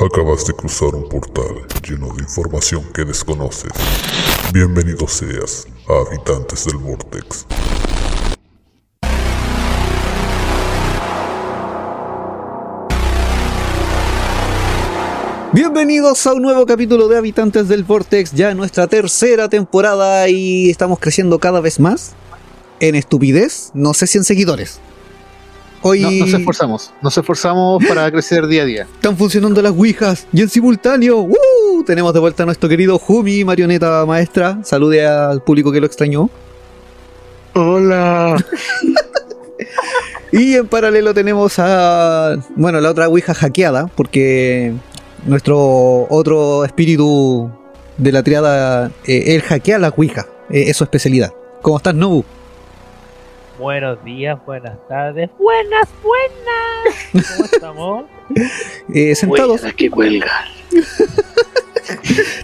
Acabas de cruzar un portal lleno de información que desconoces. Bienvenido seas a Habitantes del Vortex. Bienvenidos a un nuevo capítulo de Habitantes del Vortex, ya nuestra tercera temporada y estamos creciendo cada vez más en estupidez, no sé si en seguidores. Hoy No, nos esforzamos, nos esforzamos para crecer día a día. están funcionando las Ouijas y en simultáneo ¡uh! tenemos de vuelta a nuestro querido Jumi, marioneta maestra. Salude al público que lo extrañó. Hola. Y en paralelo tenemos a, bueno, la otra Ouija hackeada, porque nuestro otro espíritu de la triada, eh, él hackea la Ouija, eh, es su especialidad. ¿Cómo estás, Nobu? Buenos días, buenas tardes, buenas, buenas. ¿Cómo estamos? Eh, sentados, que cuelga.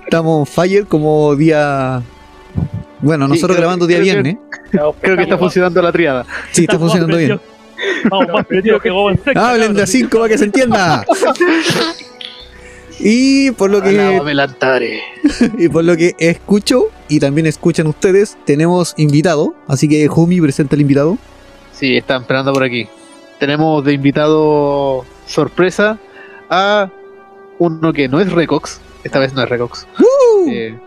estamos on fire como día... Bueno, Sí, nosotros creo- grabando día creo que- viernes. Creo que está funcionando la triada. Sí, está funcionando bien. Ah, Vamos más perdido que vos. Hablen de a cinco para que se entienda. Y por lo que y por lo que escucho y también escuchan ustedes, tenemos invitado, así que Jumi presenta el invitado. Sí, están esperando por aquí. Tenemos de invitado sorpresa a uno que no es Recox. Esta vez no es Recox. ¡Uh! Eh,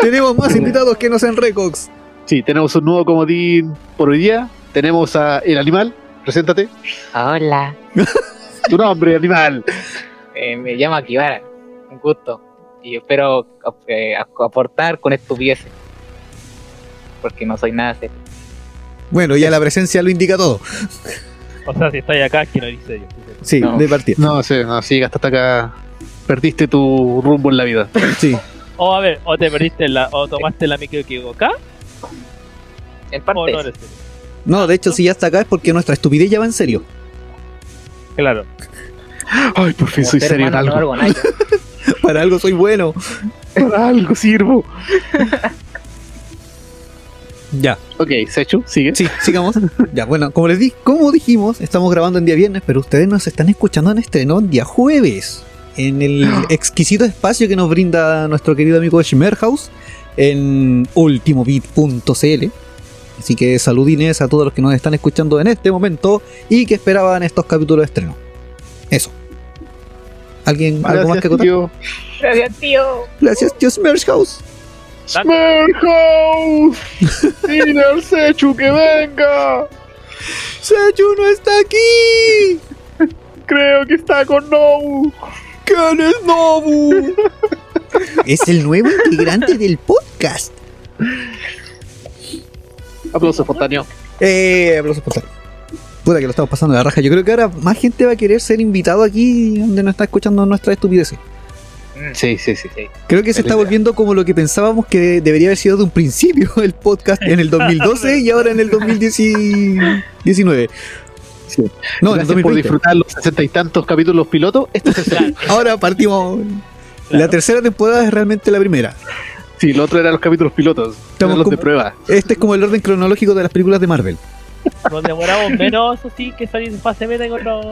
Tenemos más invitados que no sean Recox. sí, tenemos un nuevo comodín por hoy día. Tenemos a El Animal. Preséntate. Hola, Tu nombre, Animal. eh, me llamo Akibara, un gusto. Y espero eh, ap- aportar con estupideces. Porque no soy nada serio. Bueno, ya la presencia lo indica todo. O sea, si estáis acá, es que no dice yo. Sí, No. de partida. No sé, no, sí, hasta acá. Perdiste tu rumbo en la vida. Sí. O Oh, a ver, o te perdiste la, o tomaste la micro equivocada, En parte, o no eso. eres serio. No, de hecho, si ya está acá es porque nuestra estupidez ya va en serio. Claro. Ay, por fin Como soy ser serio en humano no algo. valgo nada. Para algo soy bueno. Para algo sirvo. Ya. Ok, Sechu, sigue. Sí, sigamos. Ya, bueno, como les di, como dijimos, estamos grabando en día viernes, pero ustedes nos están escuchando en estreno en día jueves. En el exquisito espacio que nos brinda nuestro querido amigo Schmerhaus en ultimobit.cl. Así que saludines a todos los que nos están escuchando en este momento y que esperaban estos capítulos de estreno. Eso. ¿Alguien Gracias, algo más que acotar? tío. Gracias, tío. Gracias, tío Schmerhaus. Smerhaus. Dile al Sechu que venga. Sayuno está aquí. Creo que está con Nobu. ¿Quién es Nobu? es el nuevo integrante del podcast. Aplauso espontáneo. Eh, aplausos por favor. Puta que lo estamos pasando de la raja. Yo creo que ahora más gente va a querer ser invitado aquí donde no está escuchando nuestras estupideces. Mm, Sí, sí, sí. Creo que se Es la está idea. volviendo como lo que pensábamos que debería haber sido de un principio el podcast en el 2012 y ahora en el 2019. Sí. No, en el Gracias por 2020. disfrutar los sesenta y tantos capítulos piloto. Este es el Claro. Ahora partimos. La Claro. tercera temporada es realmente la primera. Sí, lo otro eran los capítulos pilotos. Estamos Eran los de como- prueba. Este es como el orden cronológico de las películas de Marvel. Nos demoramos menos, eso sí, que salir de fase meta con otros,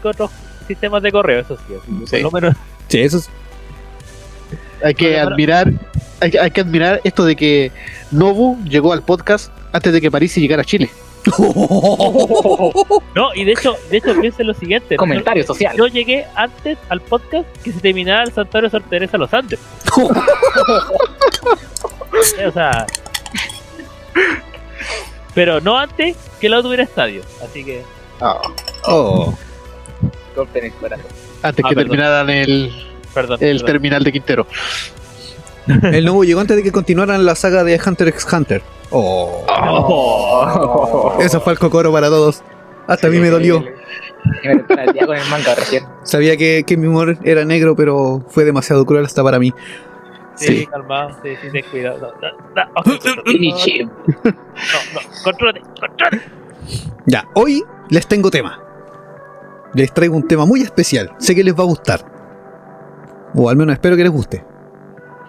con otros sistemas de correo, eso sí. así que Sí. Por lo menos Sí, eso es. Hay que Vale, para- admirar. Hay, que- hay que admirar esto de que Nobu llegó al podcast antes de que París llegara a Chile. No, y de hecho, de hecho piensen lo siguiente. Comentario Yo- social. Yo llegué antes al podcast que se terminara el santuario de Sor Teresa de los Andes. Eh, o sea. Pero no antes que la tuviera estadio. Así que. Oh. Golpe en el corazón. Antes Ah, que perdón. terminaran el, Perdón. el perdón. terminal de Quintero. El nuevo llegó antes de que continuaran la saga de Hunter x Hunter. Oh. Eso fue el cocoro para todos. Hasta Oh. a mí me dolió. Y me metí al día con el manga recién. Sabía que, que mi humor era negro, pero fue demasiado cruel hasta para mí. Sí, sí. calmado. Sí, sí, ten cuidado. No, no, no, ok, Mini no, chip. no, no, contrólate, contrólate. Ya, hoy les tengo tema. Les traigo un tema muy especial. Sé que les va a gustar. O al menos espero que les guste.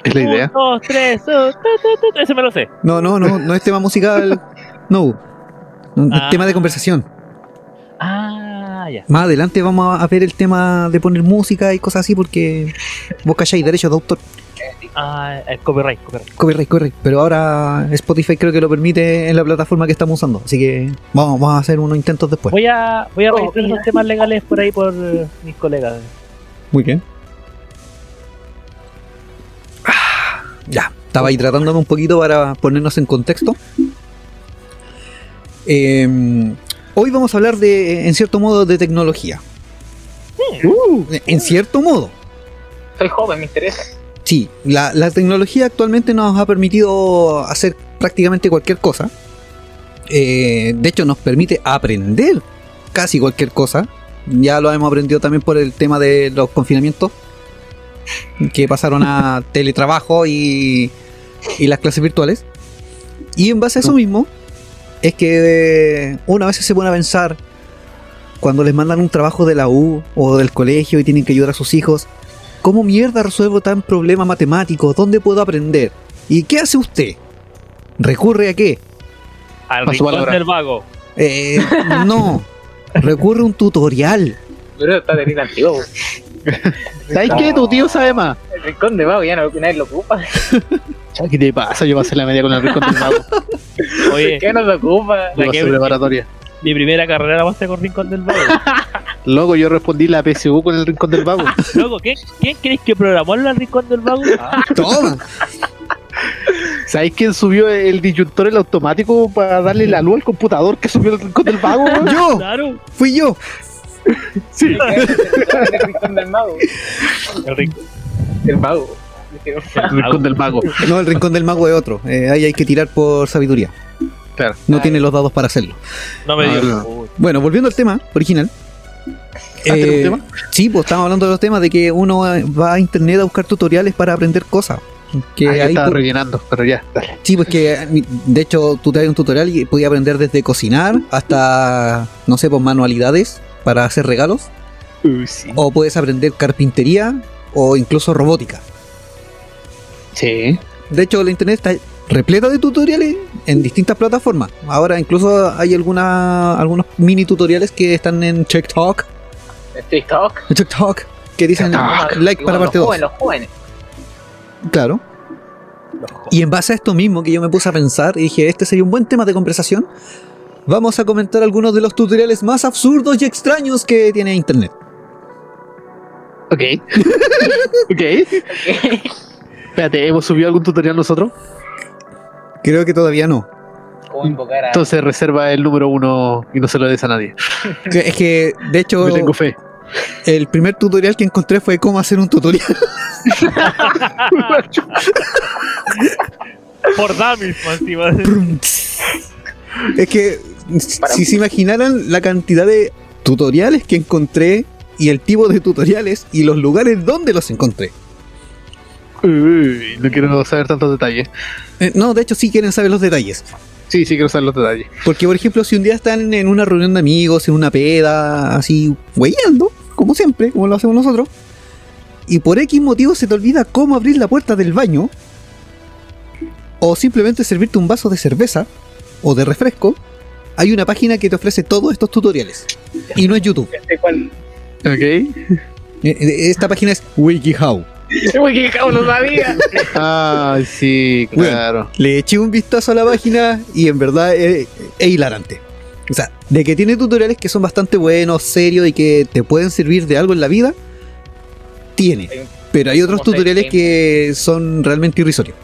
Es la idea. Un, dos, tres, un, tu, tu, tu, tu. Ese me lo sé. No, no, no, no es tema musical. No. No, Es Ah. tema de conversación. Ah, Ah, ya. Más adelante vamos a ver el tema de poner música y cosas así porque vos calláis derechos de autor. Ah, el copyright, copyright. Copyright, copyright. Pero ahora Spotify creo que lo permite en la plataforma que estamos usando. Así que vamos, vamos a hacer unos intentos Pues. después. Voy a, voy a registrar los temas legales por ahí por eh, mis colegas. Muy bien. Ah, ya, estaba ahí tratándome un poquito para ponernos en contexto. Eh, hoy vamos a hablar de, en cierto modo, de tecnología. En cierto modo. Soy joven, me interesa. Sí, la, la tecnología actualmente nos ha permitido hacer prácticamente cualquier cosa. Eh, de hecho, nos permite aprender casi cualquier cosa. Ya lo hemos aprendido también por el tema de los confinamientos que pasaron a teletrabajo y, y las clases virtuales. Y en base a eso mismo, es que eh, uno a veces se pone a pensar cuando les mandan un trabajo de la U o del colegio y tienen que ayudar a sus hijos. ¿Cómo mierda resuelvo tan problema matemático? ¿Dónde puedo aprender? ¿Y qué hace usted? ¿Recurre a qué? Al Paso rincón palabra. del vago. Eh, no, recurre a un tutorial. Pero está terrible antiguo. pues. ¿Sabes qué? Tu tío sabe más. El rincón de vago ya no, nadie lo ocupa. Chao, ¿Qué te pasa? Yo pasé la media con el rincón del mago. Oye, ¿Qué no se ocupa? Yo La pasé que- preparatoria. mi primera carrera la pasé con Rincón del Vago. Loco, yo respondí la PSU con el rincón del mago. Loco, ¿quién, ¿quién crees que programó el Rincón del Vago? Ah, Toma. ¿Sabéis quién subió el disyuntor el automático para darle la luz al computador que subió el rincón del mago? weón? Yo, Claro, fui yo. Sí. El rincón del mago. el Rincón. El mago. El rincón del mago. No, el rincón del mago es otro. Eh, ahí hay que tirar por sabiduría. Claro. eh. No tiene los dados para hacerlo. No me digas. Ah, Uy, Bueno, volviendo al tema original. ¿tenemos tema? Sí, pues estamos hablando de los temas de que uno eh, va a internet a buscar tutoriales para aprender cosas. Que Ah, ya ahí estaba pu- rellenando, pero ya, dale. sí, pues que eh, mi- de hecho tú te das un tutorial y podías aprender desde cocinar hasta, no sé, pues manualidades para hacer regalos. O puedes aprender carpintería o incluso robótica. Sí. De hecho, la internet está repleta de tutoriales en distintas plataformas. Ahora incluso hay alguna, algunos mini tutoriales que están en TikTok, El TikTok. en TikTok que dicen TikTok. Ah, like para Los parte 2. jóvenes, Los jóvenes. Claro. Y en base a esto mismo que yo me puse a pensar y dije, este sería un buen tema de conversación, vamos a comentar algunos de los tutoriales más absurdos y extraños que tiene Internet. Ok. ok. Espérate, ¿hemos subido algún tutorial nosotros? Creo que todavía no. ¿Cómo invocar a.? Entonces reserva el número uno y no se lo des a nadie. Que- Es que, de hecho, Yo tengo fe. el primer tutorial que encontré fue cómo hacer un tutorial. Por Damis, más encima. Es que, si se imaginaran la cantidad de tutoriales que encontré y el tipo de tutoriales y los lugares donde los encontré. Uy, no quiero saber tantos detalles. Eh, no, de hecho sí quieren saber los detalles. Sí, sí quiero saber los detalles. Porque, por ejemplo, si un día están en una reunión de amigos, en una peda, así, hueando, como siempre, como lo hacemos nosotros, y por X motivo se te olvida cómo abrir la puerta del baño, o simplemente servirte un vaso de cerveza o de refresco, hay una página que te ofrece todos estos tutoriales. Y no es YouTube. Ya sé cuál. Ok. Eh, eh, Esta página es WikiHow. Uy, qué cabrón, no sabía. Ah, sí, Bueno. claro. Le eché un vistazo a la página y en verdad es, es hilarante. O sea, de que tiene tutoriales que son bastante buenos, serios y que te pueden servir de algo en la vida, tiene. Pero hay otros Como seis tutoriales games. que son realmente irrisorios.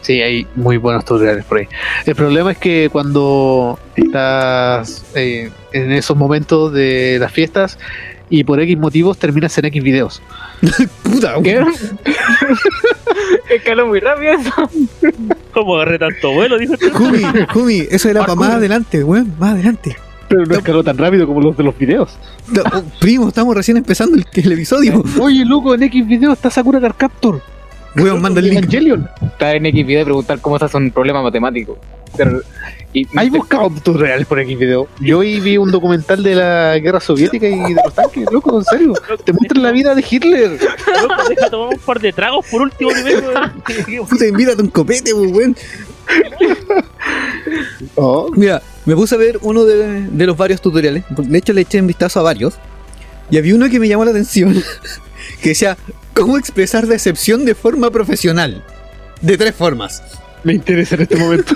Sí, hay muy buenos tutoriales por ahí. El problema es que cuando estás eh, en esos momentos de las fiestas y por X motivos terminas en X videos. Puta, ¿Qué? Escaló muy rápido eso. ¿Cómo agarré tanto vuelo? Dijo "Este el Jumi, Jumi, eso era para más adelante, weón, más adelante. Pero no escaló tan rápido como los de los videos. No, oh, primo, estamos recién empezando el, el episodio. Oye, loco, en X videos está Sakura Card Captor. Weón, manda el link. Evangelion. Estaba en X video y preguntar cómo se hace un problema matemático. Pero- y, ¿Hay buscado tutoriales por X video? Yo hoy vi un documental de la guerra soviética y de los tanques, loco, en serio. Te muestran la vida de Hitler. Loco, deja tomar un par de tragos por último primero. Puta, invítate un copete, weón. Oh, Mira, me puse a ver uno de, de los varios tutoriales. De hecho, le eché un vistazo a varios. Y había uno que me llamó la atención. Que decía, ¿cómo expresar decepción de forma profesional? De tres formas. me interesa en este momento.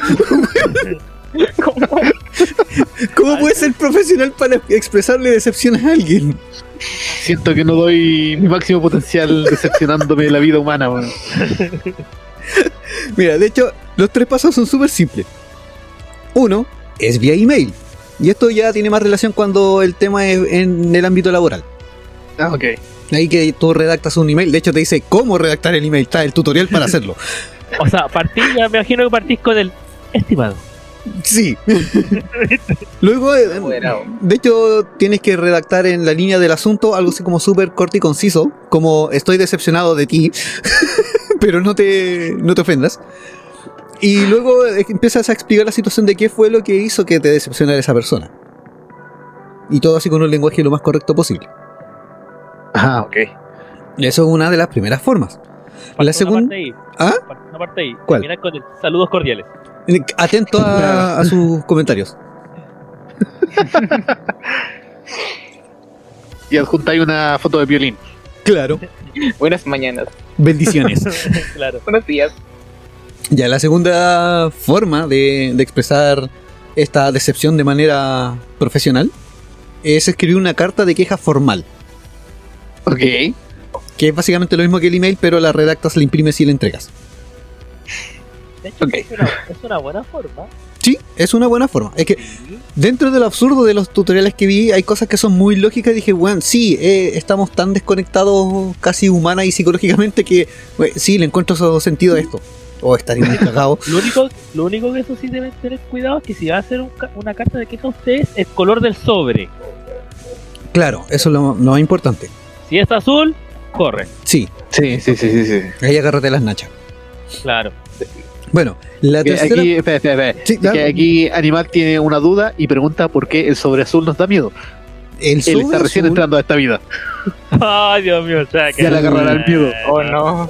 ¿Cómo puedes ser profesional para expresarle decepción a alguien? Siento que no doy mi máximo potencial decepcionándome de la vida humana, weón. Mira, de hecho, los tres pasos son súper simples. Uno es vía email. Y esto ya tiene más relación cuando el tema es en el ámbito laboral. Ah, ok. Ahí que tú redactas un email, de hecho te dice cómo redactar el email, está el tutorial para hacerlo. O sea, partí, ya me imagino que partís con el estimado. Sí. Luego, eh, Moderado. de hecho, tienes que redactar en la línea del asunto algo así como súper corto y conciso, como estoy decepcionado de ti, pero no te, no te ofendas. Y luego eh, empiezas a explicar la situación de qué fue lo que hizo que te decepcionara esa persona. Y todo así con un lenguaje lo más correcto posible. Ah, ok. Eso es una de las primeras formas. La Una segunda... parte ahí. ¿Ah? Parte- Una parte ahí. ¿Cuál? Terminar con el saludos cordiales. eh, Atento a, a sus comentarios. Y adjuntáis una foto de violín. Claro. Buenas mañanas, Bendiciones. claro. buenos días. Ya, la segunda forma de, de expresar esta decepción de manera profesional es escribir una carta de queja formal, Ok. que es básicamente lo mismo que el email, pero la redactas, la imprimes y la entregas. De hecho, Ok. es, una, es una buena forma. Sí, es una buena forma. Es que dentro del absurdo de los tutoriales que vi, hay cosas que son muy lógicas y dije, bueno, sí, eh, estamos tan desconectados casi humana y psicológicamente que bueno, sí, le encuentro so- sentido a esto. O estaría muy cagado. Lo único, lo único que eso sí deben tener cuidado es que si va a hacer un ca- una carta de queja a ustedes, el color del sobre. Claro, eso es lo, lo más importante. Si es azul, corre. Sí, Sí, sí, sí, sí. sí. ahí agárrate las nachas. Claro. Bueno, la Que tercera... Aquí, espera, espera, espera. Sí, Que claro. aquí Animal tiene una duda y pregunta por qué el sobre azul nos da miedo. El Él sobre está recién azul- entrando a esta vida. Ay, Dios mío, o sea, que- Ya le agarrará el miedo. Oh no,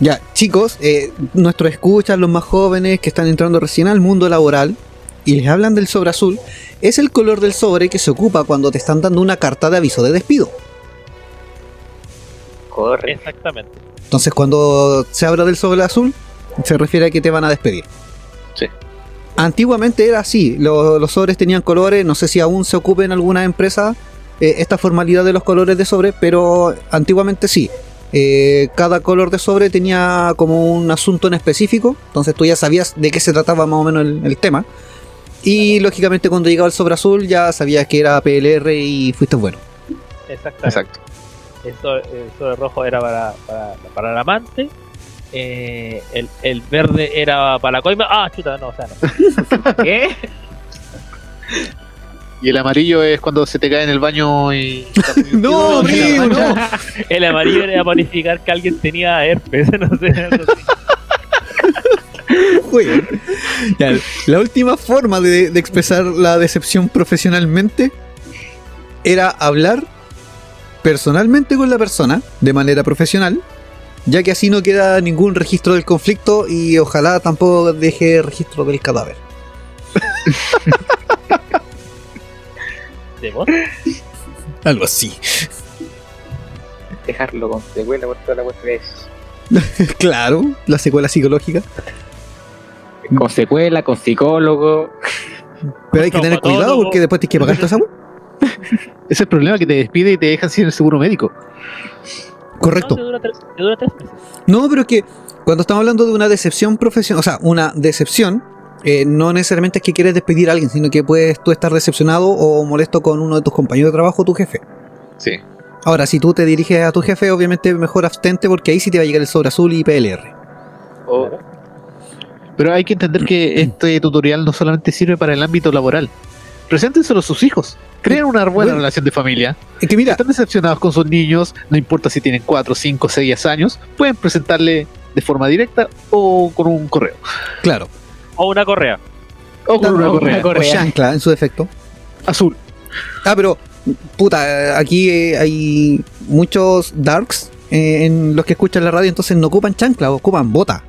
Ya, chicos, eh, nuestros escuchas, los más jóvenes que están entrando recién al mundo laboral y les hablan del sobre azul, es el color del sobre que se ocupa cuando te están dando una carta de aviso de despido. corre. Exactamente. Entonces, cuando se habla del sobre azul, se refiere a que te van a despedir. Sí. Antiguamente era así, lo- los sobres tenían colores, no sé si aún se ocupa en alguna empresa eh, esta formalidad de los colores de sobre, pero antiguamente sí. Eh, cada color de sobre tenía como un asunto en específico, entonces tú ya sabías de qué se trataba más o menos el, el tema. Y lógicamente cuando llegaba el sobre azul ya sabías que era PLR y fuiste bueno. Exactamente. Exacto. El sol, el sol rojo era para, para, para el amante. eh, el, el verde era para la coima. Ah, chuta, no, o sea, no. ¿Qué? Y el amarillo es cuando se te cae en el baño y. No, amigo, no. El amarillo era para unificar que alguien tenía herpes, no sé. algo así. Muy bien. Ya, la última forma de, de expresar la decepción profesionalmente era hablar personalmente con la persona de manera profesional, ya que así no queda ningún registro del conflicto y ojalá tampoco deje registro del cadáver. ¿De vos? Algo así. Dejarlo con secuela por toda la cuestión es- Claro, la secuela psicológica. Con secuela, con psicólogo. Pero hay que tener cuidado porque después tienes que pagar toda esa wea. Ese es el problema que te despide y te dejan sin el seguro médico. Correcto. No, te dura tres, te dura tres meses. No, pero es que cuando estamos hablando de una decepción profesional, o sea, una decepción, eh, no necesariamente es que quieres despedir a alguien, sino que puedes tú estar decepcionado o molesto con uno de tus compañeros de trabajo o tu jefe. Sí. Ahora, si tú te diriges a tu jefe, obviamente mejor abstente porque ahí sí te va a llegar el sobre azul y PLR. O Pero hay que entender que Mm. este tutorial no solamente sirve para el ámbito laboral. Preséntenselo a sus hijos. Crean una buena Bueno. relación de familia. Es que mira, Están decepcionados con sus niños, no importa si tienen 4, 5, 6 años. Pueden presentarle de forma directa o con un correo. claro, O una correa. O con una una correa. o correa. chancla en su defecto. Azul. Ah, pero, puta, eh, aquí eh, hay muchos darks eh, en los que escuchan la radio, entonces no ocupan chancla, ocupan bota.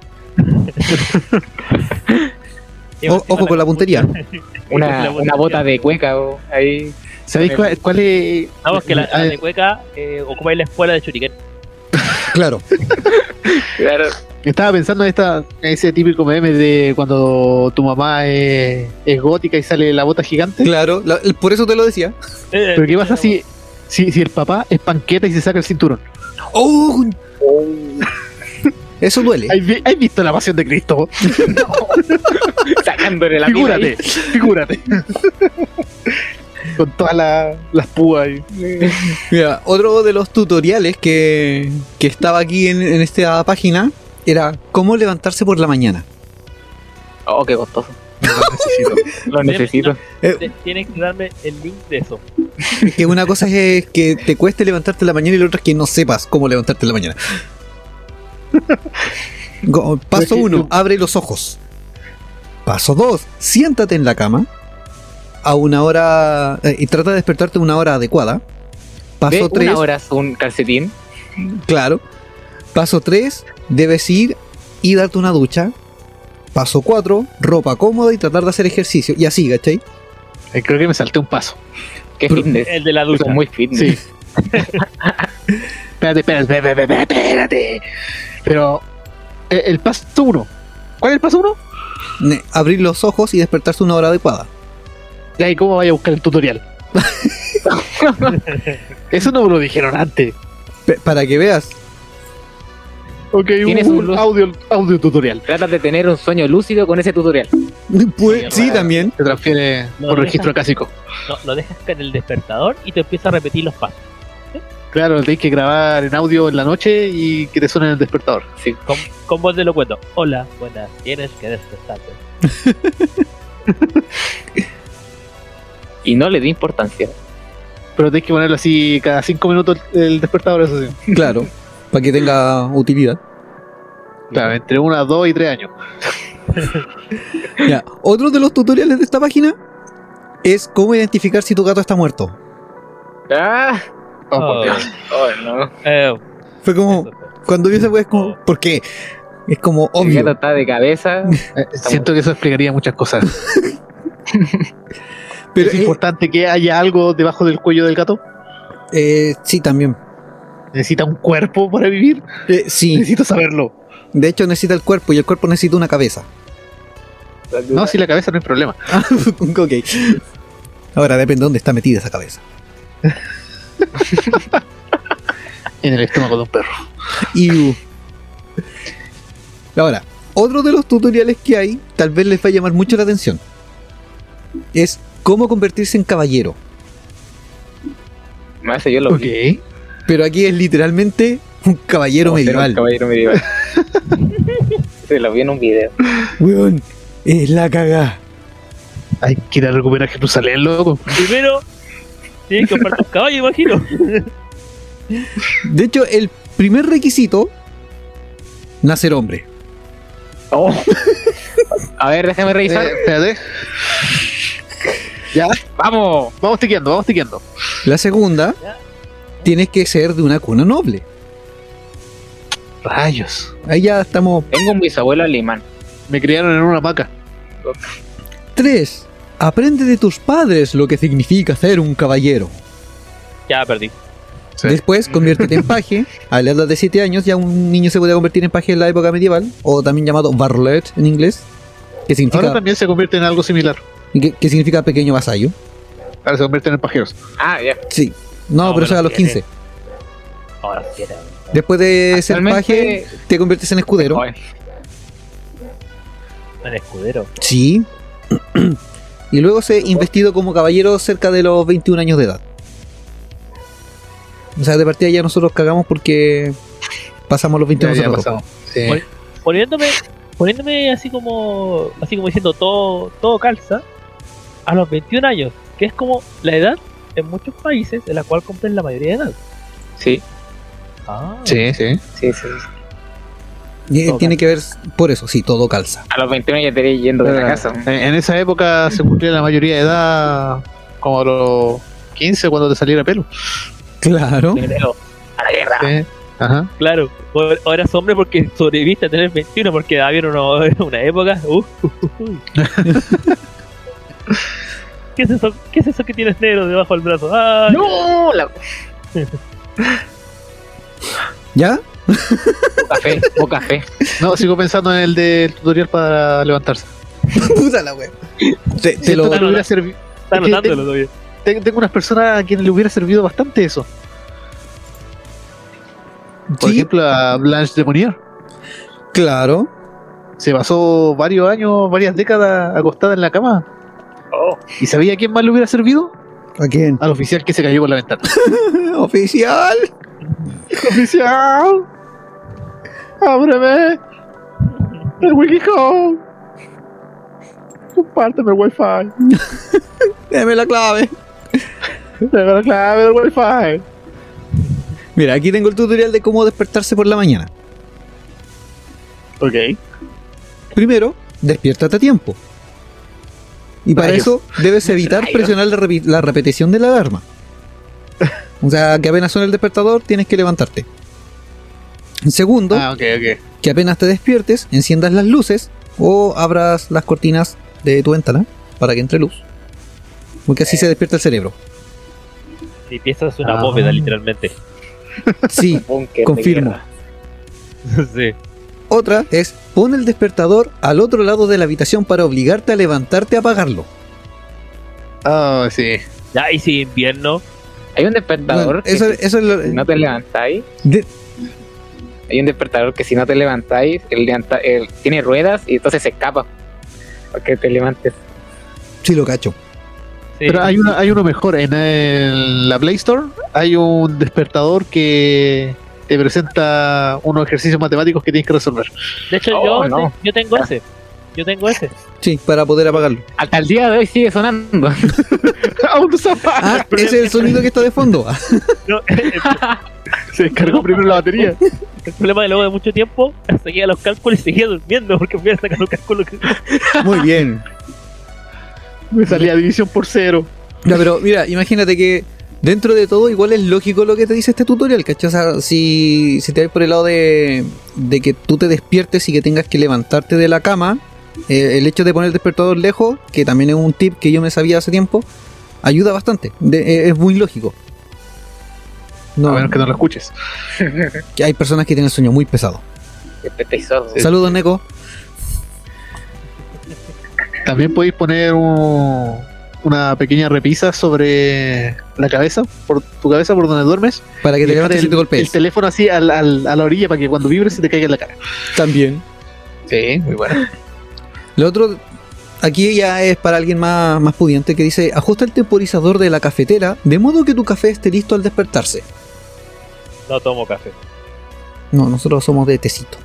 Y O- encima ojo con la puntería. La Una, bota una bota de- de cueca, o ahí. ¿Sabéis cuál, cuál es? Vamos, que la, Ah, la de cueca eh, ocupáis la escuela de Shuriken. Claro. Claro. Estaba pensando en esta, en ese típico meme de cuando tu mamá es, es gótica y sale la bota gigante. Claro, la- por eso te lo decía. Eh, Pero ¿qué pasa si, si, si el papá es panqueta y se saca el cinturón? ¡Oh! Eso duele. ¿Has, vi- has visto la pasión de Cristo? Sacándole la mierda figúrate, figúrate. Con todas la- las púas. y- Mira, otro de los tutoriales que, que estaba aquí en, en esta página era cómo levantarse por la mañana. Oh, qué costoso. Necesito. Lo necesito. Eh, Te- Tienes que darme el link de eso. que una cosa es eh, que te cueste levantarte en la mañana y la otra es que no sepas cómo levantarte en la mañana. Go- Paso Pues que uno, tú- abre los ojos. Paso dos, siéntate en la cama a una hora eh, y trata de despertarte a una hora adecuada. De Paso tres, una hora es un calcetín. Claro. Paso 3, debes ir y darte una ducha. Paso 4, ropa cómoda y tratar de hacer ejercicio. Y así, ¿cachai? Eh, Creo que me salté un paso. Qué Pero- fitness. El de la ducha. Son muy fitness. Sí. espérate, espérate, espérate, espérate, espérate. Pero, eh, el paso uno. ¿Cuál es el paso uno? Ne- abrir los ojos y despertarse una hora adecuada. Ya, ¿y cómo vaya a buscar el tutorial? Eso no me lo dijeron antes. Pe- para que veas. Ok, Tienes un un, luz. audio, audio tutorial. Tratas de tener un sueño lúcido con ese tutorial. Pues, Sí, sí, raro. también. Te transfiere No, por no, registro no. clásico. No, lo dejas en el despertador y te empieza a repetir los pasos. Claro, lo tenés que grabar en audio en la noche y que te suene en el despertador. Con, con voz de locuendo. Hola, buenas, tienes que despertarte. Y no le di importancia. Pero tenés que ponerlo así cada cinco minutos el, el despertador, eso sí. Claro. Para que tenga utilidad. Claro, entre una, dos y tres años. Ya, Otro de los tutoriales de esta página es cómo identificar si tu gato está muerto. Ah, Oh, por Oh. Dios. oh, no. Eh, Fue como, eso fue. cuando vi esa wea es como, ¿por qué? Es como Oh. El gato obvio. está de cabeza. Eh, Siento que eso explicaría muchas cosas. Pero ¿Es eh, importante que haya algo debajo del cuello del gato? eh, sí, también. ¿Necesita un cuerpo para vivir? Eh, sí, Necesito saberlo. de hecho necesita el cuerpo y el cuerpo necesita una cabeza. No, si la cabeza no es problema. Ah, ok. Ahora depende de dónde está metida esa cabeza. En el estómago de un perro. Iu. Ahora, otro de los tutoriales que hay, tal vez les va a llamar mucho la atención, es cómo convertirse en caballero. Más yo lo Ok. vi. Pero aquí es literalmente un caballero Como ser un medieval. Caballero medieval. Se lo vi en un video. Weón, es la cagá. Hay que ir a recuperar Jerusalén, loco. Primero, tienes que comprar tus caballos, imagino. De hecho, el primer requisito, nacer hombre. Oh. A ver, déjame Eh, revisar. espérate. Ya, ¡Vamos! vamos tiqueando, vamos tiqueando. La segunda, tienes que ser de una cuna noble. Rayos. Ahí ya estamos Tengo un bisabuelo alemán. Me criaron en una hamaca. 3. Aprende de tus padres lo que significa ser un caballero. Ya perdí. Sí. Después, conviértete en paje. A la edad de 7 años ya un niño se podía convertir en paje en la época medieval, o también llamado varlet en inglés, que Ahora significa, también se convierte en algo similar. que, que significa pequeño vasallo. Ahora se convierten en pajeros. Ah, ya. Sí. No, No, pero eso pero era a los tiene. eh, 15. Ahora sí era. Después de ser Actualmente- paje, te conviertes en escudero. Joder. El escudero. Sí. Y luego se investido como caballero cerca de los 21 años de edad. O sea, de partida ya nosotros cagamos porque pasamos los 21 Ya, años ya de edad. pasamos. Sí. Bueno. Poniéndome, poniéndome así como, así como diciendo todo, todo calza, a los 21 años, que es como la edad en muchos países en la cual cumplen la mayoría de edad. Sí, Ah, Sí, sí. sí, sí. Y, eh, Todo Tiene que ver por eso, sí, todo calza. A los 21 ya estaría yendo de Ah. la casa. En, en esa época se cumplía la mayoría de edad como a los 15 cuando te saliera pelo. Claro. primero, A la guerra. Sí. Ajá. Claro, o- o eras hombre porque sobreviviste a tener 21, porque había uno- una época. uh, uh, uh, uh. ¿Qué, es eso, ¿Qué es eso que tienes negro debajo del brazo? Ah, ¡Ay! ¡No! La ¿Ya? boca fe, boca fe. No, sigo pensando en el del tutorial para levantarse. Puta la wea. Te, te Siento lo, que le hubiera servi- Está es que- notándolo todavía. te- Tengo unas personas a quienes le hubiera servido bastante eso. Por sí, ejemplo, a Blanche Demonier. claro. Se pasó varios años, varias décadas acostada en la cama. Oh, ¿Y sabía quién más le hubiera servido? ¿A quién? Al oficial que se cayó por la ventana. Ah, Oficial. ¡Oficial! ¡Ábreme! ¡El Wikicom! Compárteme el Wi-Fi. Deme la clave. Dame la clave del Wi-Fi. Mira, aquí tengo el tutorial de cómo despertarse por la mañana. Ok. Primero, despiértate a tiempo. Y para Rayos. eso debes evitar presionar la, repi- la repetición de la alarma. O sea, que apenas suena el despertador, tienes que levantarte. Segundo, Ah, ok, ok. que apenas te despiertes, enciendas las luces o abras las cortinas de tu ventana para que entre luz. Porque así se despierta el cerebro. y piensas una Ah. bóveda, literalmente. Sí. Búnker de Confirmo. guerra. sí. Otra es pon el despertador al otro lado de la habitación para obligarte a levantarte a apagarlo. Ah, sí. Ya, y si invierno, Hay un despertador Bueno, eso, que si- eso es lo- si no te levantáis, de- hay un despertador que si no te levantáis, el levanta- el- tiene ruedas y entonces se escapa. Para que te levantes. sí lo cacho. sí. Pero hay, una, hay uno mejor. En el- la Play Store hay un despertador que te presenta unos ejercicios matemáticos que tienes que resolver. de hecho, Oh, yo, no. yo tengo ese. Yo tengo ese. Sí, para poder apagarlo. Hasta el día de hoy sigue sonando. ¡Aún no se apaga! Ah, ese es el sonido que está de fondo. Ah, No, el, Se descargó primero la batería. el problema es que luego de mucho tiempo seguía los cálculos y seguía durmiendo porque voy a sacar los cálculos. que- Muy bien. Me salía división por cero. Ya, pero mira, imagínate que dentro de todo igual es lógico lo que te dice este tutorial, ¿cachai? O sea, si, si te vas por el lado de, de que tú te despiertes y que tengas que levantarte de la cama, eh, el hecho de poner el despertador lejos, que también es un tip que yo me sabía hace tiempo, ayuda bastante. De- eh, es muy lógico. A No, menos que no lo escuches. que hay personas que tienen el sueño muy pesado. Después estáis sordo. Eh, Saludos, Neko. También podéis poner un- una pequeña repisa sobre la cabeza, por tu cabeza, por donde duermes. Para que te Y dejar levantes y el, te el golpees. teléfono así al- al- a la orilla para que cuando vibre se te caiga en la cara. También. Sí, muy bueno. Lo otro, aquí ya es para alguien más, más pudiente que dice, ajusta el temporizador de la cafetera de modo que tu café esté listo al despertarse. No tomo café. No, nosotros somos de tecito.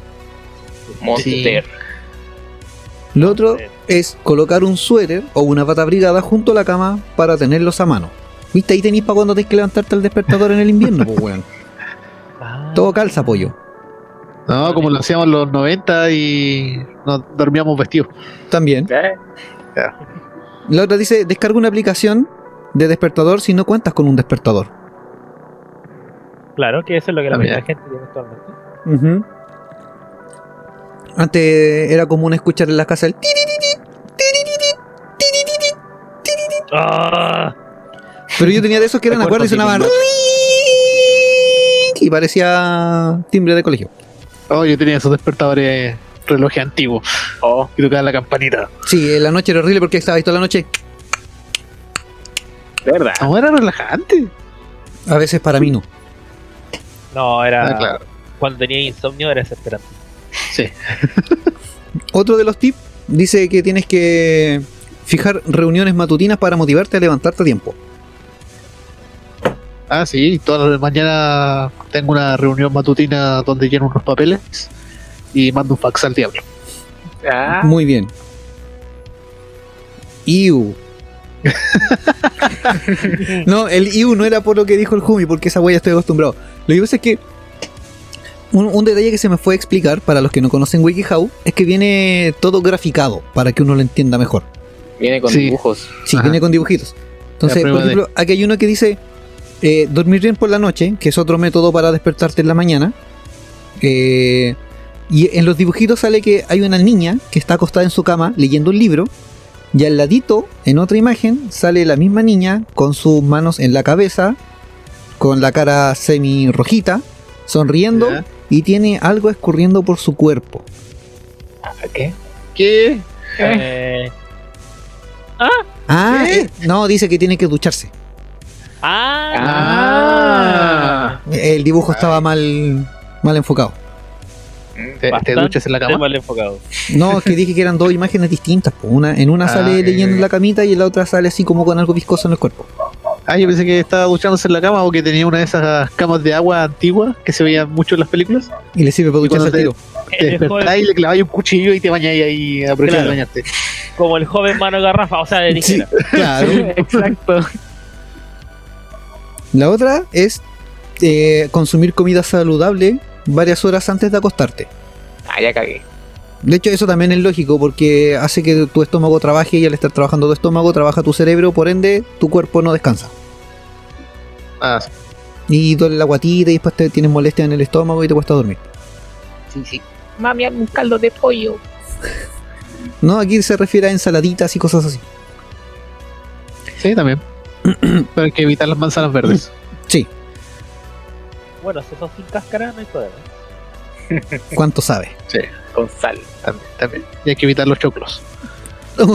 Monster. Lo otro es colocar un suéter o una bata abrigada junto a la cama para tenerlos a mano. Viste, ahí tenéis para cuando tenés que levantarte al despertador en el invierno, pues weón. Ah, Todo calza, pollo. No, como lo hacíamos los 90 y nos dormíamos vestidos. También. ¿Eh? La otra dice, descarga una aplicación de despertador si no cuentas con un despertador. Claro, que eso es lo que la También. mayoría de gente tiene actualmente. Ujú. Antes era común escuchar en las casas el... tiririrí, tiririrí, tiririrí. Ah, Pero yo tenía de esos que eran De acuerdo y cuerpo, sonaban. sí, Y parecía timbre de colegio. Oh, yo tenía esos despertadores relojes antiguos Oh, y tocaba la campanita. Sí, en la noche era horrible porque estaba ahí toda la noche. de verdad. No, era relajante. A veces para mí no. no, era. Ah, claro. Cuando tenía insomnio era desesperante. Otro de los tips dice que tienes que fijar reuniones matutinas para motivarte a levantarte a tiempo. Ah, sí, todas las mañanas tengo una reunión matutina donde lleno unos papeles y mando un fax al diablo. Ah, Muy bien. Iu. no, el Iu no era por lo que dijo el Jumi, porque esa huella estoy acostumbrado. Lo que pasa es que un, un detalle que se me fue a explicar para los que no conocen WikiHow es que viene todo graficado para que uno lo entienda mejor. viene con Sí. dibujos. Sí, Ajá. viene con dibujitos. Entonces, La por prueba de- ejemplo, aquí hay uno que dice eh, dormir bien por la noche, que es otro método para despertarte en la mañana. Eh, y en los dibujitos sale que hay una niña que está acostada en su cama leyendo un libro. Y al ladito, en otra imagen, sale la misma niña con sus manos en la cabeza, con la cara semi rojita, sonriendo Ya. y tiene algo escurriendo por su cuerpo. ¿Qué? ¿Qué? Eh, Ah, ¿Qué? eh, no, dice que tiene que ducharse. ah, Ah. El dibujo estaba mal, mal enfocado. ¿Te, te Bastante duchas en la estoy cama? mal enfocado. No, es que dije que eran dos imágenes distintas. po. Una, en una Ah, sale ya, leyendo ya, en ya. la camita y en la otra sale así como con algo viscoso en el cuerpo. Ah, yo pensé que estaba duchándose en la cama o que tenía una de esas camas de agua antiguas que se veían mucho en las películas. Y le sirve para ¿Y ducharse al tiro. cuando Te Es como, despertáis y le claváis un cuchillo y te bañáis ahí aprovechando Eh, Claro. de bañarte. como el joven mano de garrafa, o sea, de Sí, tijera. claro. Ah, Exacto. La otra es eh, consumir comida saludable varias horas antes de acostarte. Ah, ya cagué. De hecho, eso también es lógico porque hace que tu estómago trabaje y al estar trabajando tu estómago, trabaja tu cerebro, por ende, tu cuerpo no descansa. Ah, Y duele la guatita y después te tienes molestia en el estómago y te cuesta dormir. Sí, sí. Mami, hazme un caldo de pollo. No, aquí se refiere a ensaladitas y cosas así. sí, también. Pero hay que evitar las manzanas verdes. Bueno, si son sin cáscara, no hay problema. ¿Cuánto sabes? Con sal. También, también. Y hay que evitar los choclos. Esas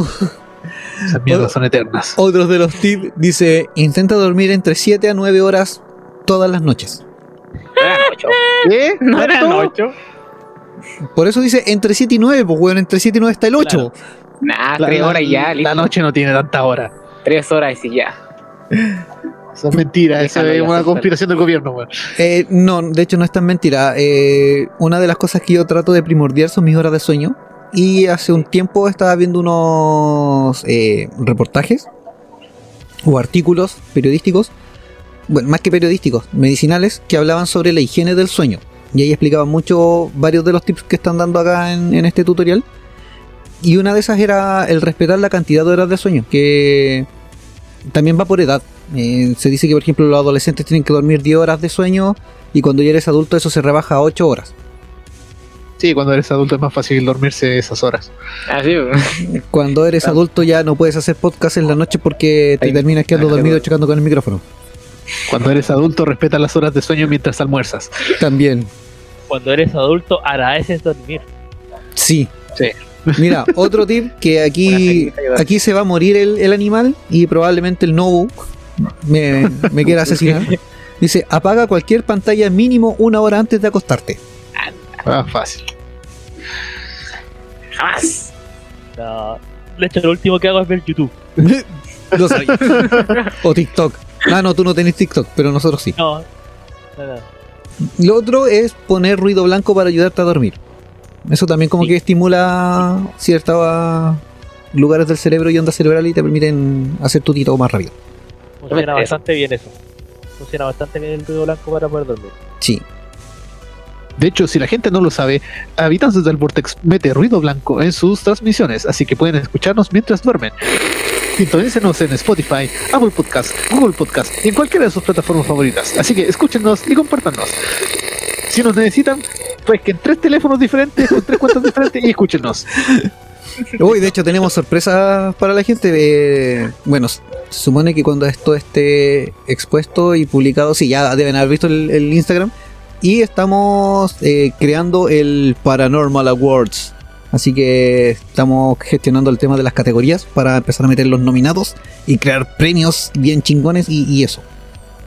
Bueno. mierdas son eternas. Otros de los tips dice, intenta dormir entre 7 a 9 horas todas las noches. No eran Ah, ocho. ¿Eh? No eran ¿Tanto? ocho. Por eso dice entre 7 y 9, pues weón, entre 7 y 9 está el 8. Claro. Nah, La- tres la- horas y ya, listo. La noche no tiene tanta hora. Tres horas y ya. Eso es mentira, eso Déjalo es ya, una suéltalo. conspiración del gobierno, weón. Eh, no, de hecho no es tan mentira. Eh, una de las cosas que yo trato de primordiar son mis horas de sueño. Y hace un tiempo estaba viendo unos eh, reportajes o artículos periodísticos, bueno, más que periodísticos, medicinales, que hablaban sobre la higiene del sueño. Y ahí explicaban mucho varios de los tips que están dando acá en, en este tutorial. Y una de esas era el respetar la cantidad de horas de sueño, que también va por edad. Eh, se dice que, por ejemplo, los adolescentes tienen que dormir 10 horas de sueño y cuando ya eres adulto eso se rebaja a 8 horas. Sí, cuando eres adulto es más fácil dormirse esas horas. Así. Cuando eres Claro. adulto ya no puedes hacer podcast en la noche porque te Ahí- terminas quedando ahí- dormido chocando con el micrófono. Cuando eres adulto respeta las horas de sueño mientras almuerzas. También, Cuando eres adulto, agradeces dormir. sí. Sí. Mira, otro tip que Una aquí, técnica que da- aquí se va a morir el, el animal y probablemente el Nobu me, me quiera asesinar. Dice, apaga cualquier pantalla mínimo una hora antes de acostarte. Ah, fácil. Jamás. No. De hecho, lo último que hago es ver YouTube. Lo sabía. O TikTok. Ah, no, tú no tenés TikTok, pero nosotros sí. No. No, no. Lo otro es poner ruido blanco para ayudarte a dormir. Eso también como Sí. que estimula ciertos lugares del cerebro y ondas cerebrales y te permiten hacer tu tito más rápido. Funciona Eso. bastante bien eso. Funciona bastante bien el ruido blanco para poder dormir. Sí. De hecho, si la gente no lo sabe, Habitantes del Vortex mete ruido blanco en sus transmisiones, así que pueden escucharnos mientras duermen. Sintonícenos en Spotify, Apple Podcast, Google Podcast y en cualquiera de sus plataformas favoritas. Así que escúchenos y compártanos. Si nos necesitan, pues que en tres teléfonos diferentes, con tres cuentas diferentes y escúchenos. Hoy de hecho tenemos sorpresas para la gente. eh, bueno, se supone que cuando esto esté expuesto y publicado, sí, ya deben haber visto el, el Instagram. Y estamos eh, creando el Paranormal Awards. Así que estamos gestionando el tema de las categorías para empezar a meter los nominados y crear premios bien chingones y, y eso.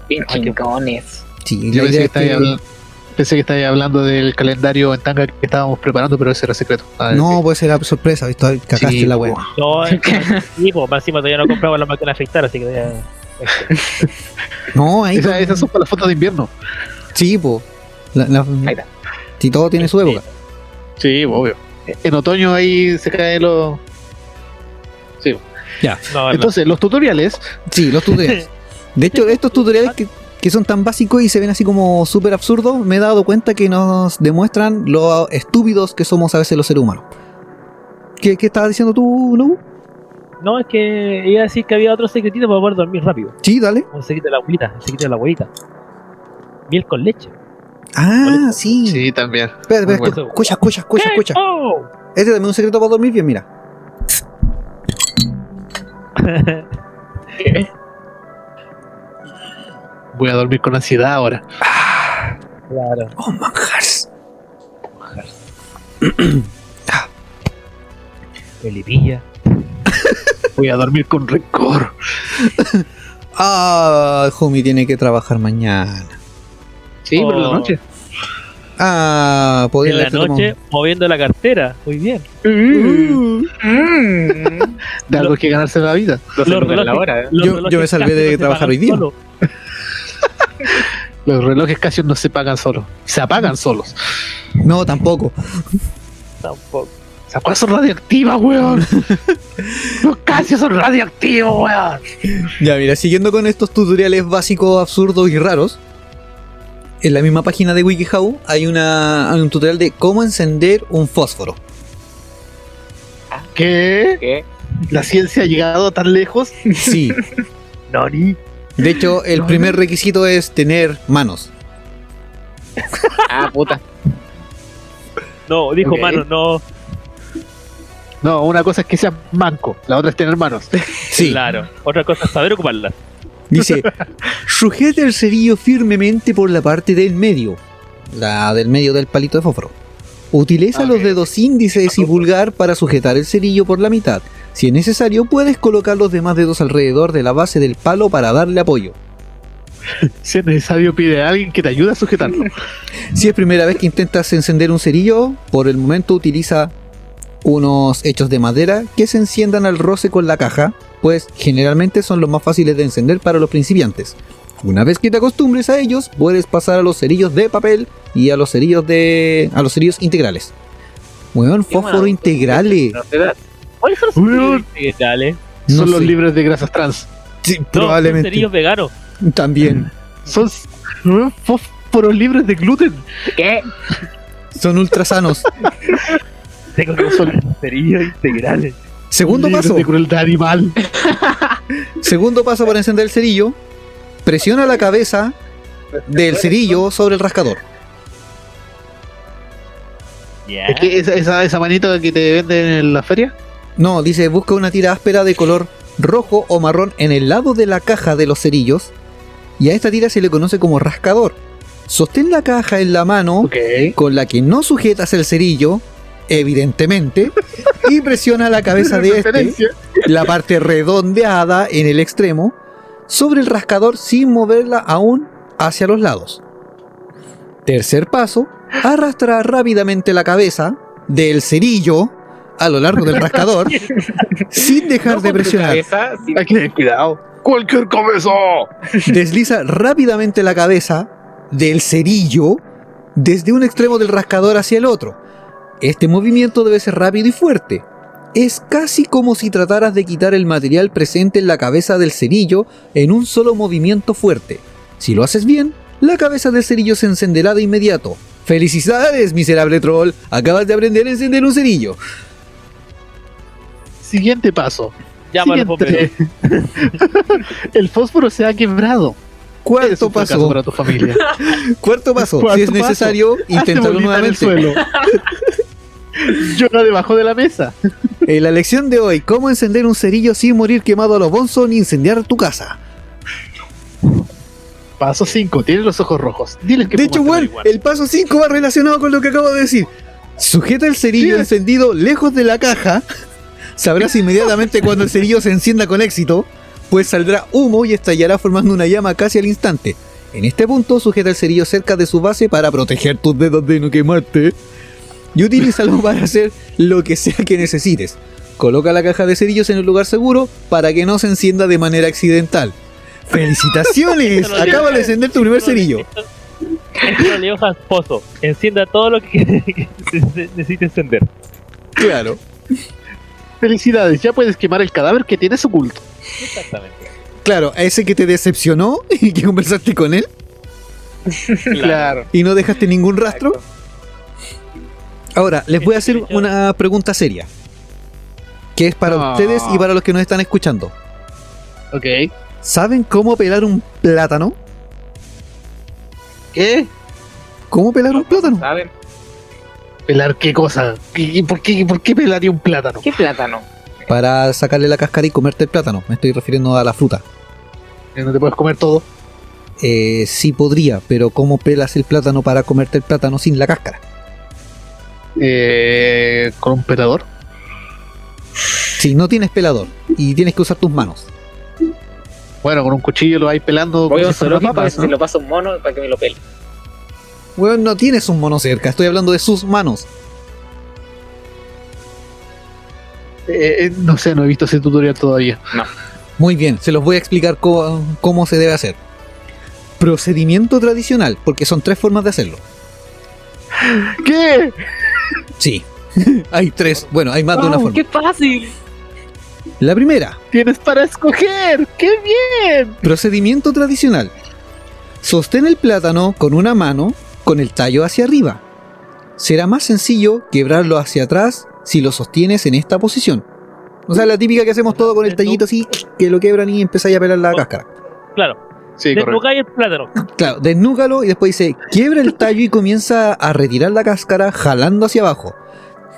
Bien Ay, qué- chingones. Sí, la Yo idea pensé que, es que- estabais hablan- pensé que estabais hablando del calendario en tanga que estábamos preparando, pero ese era secreto. Ah, no, puede ser la sorpresa, ¿viste? Ay, Cagaste Sí, la po. wea. No, sí, pues, más encima todavía no compramos la máquina de afeitar, así que ya. No, ahí. Esa- esas son para las fotos de invierno. Sí, po. La- la- Ahí está. Si todo tiene su época. Sí, obvio. En otoño ahí se caen los... No, no. Entonces, los tutoriales Sí, los tutoriales. De hecho, estos tutoriales que, que son tan básicos y se ven así como súper absurdos, me he dado cuenta que nos demuestran lo estúpidos que somos a veces los seres humanos. ¿Qué, qué estabas diciendo tú, Nobu? No, es que iba a decir que había otro secretito para poder dormir rápido. Sí, dale. Un secreto de la abuelita, un secreto de la abuelita. Miel con leche. Ah, Bonito. sí. Sí, también. Espera, espera, Muy escu- bueno. escucha, escucha, escucha, ¿Qué? escucha. ¡Oh! Este también es un secreto para dormir bien, mira. Voy a dormir con ansiedad ahora. claro. Oh, manjars. Felipilla. Voy a dormir con rencor. Ah, Homie tiene que trabajar mañana. Sí, por la Oh. noche. Ah, podría En la haberse tomado- noche, moviendo la cartera. Muy bien. Uh, De algo que ganarse la vida. Los Los relojes, la relojes. hora. ¿eh? Los Yo- relojes yo me salvé casi de no se trabajar pagan hoy día. solo. Los relojes casi no se pagan solos. Se apagan solos. No, tampoco. Tampoco. Las apagan son radioactivas, weón. Los casi son radioactivos, weón. Ya, mira, siguiendo con estos tutoriales básicos, absurdos y raros. En la misma página de WikiHow hay, una, hay un tutorial de cómo encender un fósforo. ¿Qué? ¿Qué? ¿La ciencia ha llegado tan lejos? Sí. Nani. De hecho, el primer requisito es tener manos. Ah, puta. No, dijo Ok. mano, no. No, una cosa es que seas manco. La otra es tener manos. Sí. Claro. Otra cosa es saber ocuparla. Dice, sujeta el cerillo firmemente por la parte del medio, la del medio del palito de fósforo. Utiliza Ah, los ok. dedos índices y vulgar para sujetar el cerillo por la mitad. Si es necesario, puedes colocar los demás dedos alrededor de la base del palo para darle apoyo. Si es necesario, pide a alguien que te ayude a sujetarlo. Si es primera vez que intentas encender un cerillo, por el momento utiliza unos hechos de madera que se enciendan al roce con la caja, pues generalmente son los más fáciles de encender para los principiantes. Una vez que te acostumbres a ellos, puedes pasar a los cerillos de papel y a los cerillos de a los cerillos integrales. Weón, Qué fósforo mala- integrales. No se da. ¿Cuáles son los Weón. cerillos vegetales? No son los sé. libres de grasas trans. Sí, No, son probablemente. cerillos veganos. También. Son s- weón, fósforos libres de gluten. ¿Qué? Son ultrasanos. Tengo que usar cerillos integrales. Segundo libres paso. de crueldad animal. Segundo paso para encender el cerillo. Presiona la cabeza del cerillo sobre el rascador. Ya. Es que esa, esa, esa manita que te venden en la feria. No, dice, busca una tira áspera de color rojo o marrón en el lado de la caja de los cerillos. Y a esta tira se le conoce como rascador. Sostén la caja en la mano Ok. con la que no sujetas el cerillo, evidentemente, y presiona la cabeza de este, Referencia. la parte redondeada en el extremo, sobre el rascador sin moverla aún hacia los lados. Tercer paso, arrastra rápidamente la cabeza del cerillo a lo largo del rascador sin dejar de presionar. Cabeza, sí. Hay que tener cuidado. ¡Cualquier cabeza! Desliza rápidamente la cabeza del cerillo desde un extremo del rascador hacia el otro. Este movimiento debe ser rápido y fuerte. Es casi como si trataras de quitar el material presente en la cabeza del cerillo en un solo movimiento fuerte. Si lo haces bien, la cabeza del cerillo se encenderá de inmediato. ¡Felicidades, miserable troll! Acabas de aprender a encender un cerillo. Siguiente paso. Llama a los bomberos. Siguiente. El fósforo se ha quebrado. Es Cuarto un fracaso paso. para tu familia. Cuarto paso. Si Cuarto es paso. necesario, Hazte inténtalo vomitar el nuevamente. suelo. Llora debajo de la mesa. En Eh, la lección de hoy, cómo encender un cerillo sin morir quemado a los bonzos ni incendiar tu casa. Paso 5. Tienes los ojos rojos. Diles que De hecho, fumaste weón, marihuana. el paso 5 va relacionado con lo que acabo de decir. Sujeta el cerillo Sí. encendido lejos de la caja. Sabrás inmediatamente cuando el cerillo se encienda con éxito, pues saldrá humo y estallará formando una llama casi al instante. En este punto, sujeta el cerillo cerca de su base para proteger tus dedos de no quemarte. Y utilízalo para hacer lo que sea que necesites. Coloca la caja de cerillos en un lugar seguro para que no se encienda de manera accidental. Te ¡Felicitaciones! lo dije. Acaba de encender tu primer cerillo. Esto- Esto le dijo a eh, Pozo. Encienda todo lo que que necesite encender. Claro. eh, Felicidades. Ya puedes quemar el cadáver que tienes oculto. Exactamente. Claro, a ese que te decepcionó y que conversaste con él Claro. y no dejaste ningún rastro. Ahora, les voy a hacer una pregunta seria. que es para Ah. ustedes y para los que nos están escuchando. Ok. ¿Saben cómo pelar un plátano? ¿Qué? ¿Cómo pelar un plátano? ¿Saben? ¿Pelar qué cosa? ¿Y- y por, qué, ¿Por qué pelaría un plátano? ¿Qué plátano? Para sacarle la cáscara y comerte el plátano. Me estoy refiriendo a la fruta. Que No te puedes comer todo. Eh, sí podría, pero ¿cómo pelas el plátano para comerte el plátano sin la cáscara? Eh, con un pelador. Si no tienes pelador y tienes que usar tus manos. Bueno, con un cuchillo lo vais pelando. Voy como a un si fuera zoológico papas, a ver si ¿no? se lo paso a un mono para que me lo pele. Weón, no tienes un mono cerca, estoy hablando de sus manos. Eh, eh, no sé, no he visto ese tutorial todavía. Muy bien, se los voy a explicar co- cómo se debe hacer. Procedimiento tradicional, porque son tres formas de hacerlo. ¿Qué? Sí, hay tres, bueno, hay más de una ¡Wow! forma. ¡Qué fácil! La primera, Tienes para escoger. ¡Qué bien! procedimiento tradicional. Sostén el plátano con una mano, con el tallo hacia arriba. Será más sencillo quebrarlo hacia atrás si lo sostienes en esta posición. O sea, la típica que hacemos todo con el tallito así, que lo quebran y empezáis a pelar la cáscara. Claro, Sí, correcto. desnucáis el plátano. Claro, desnúcalo y después dice, quiebra el tallo y comienza a retirar la cáscara jalando hacia abajo.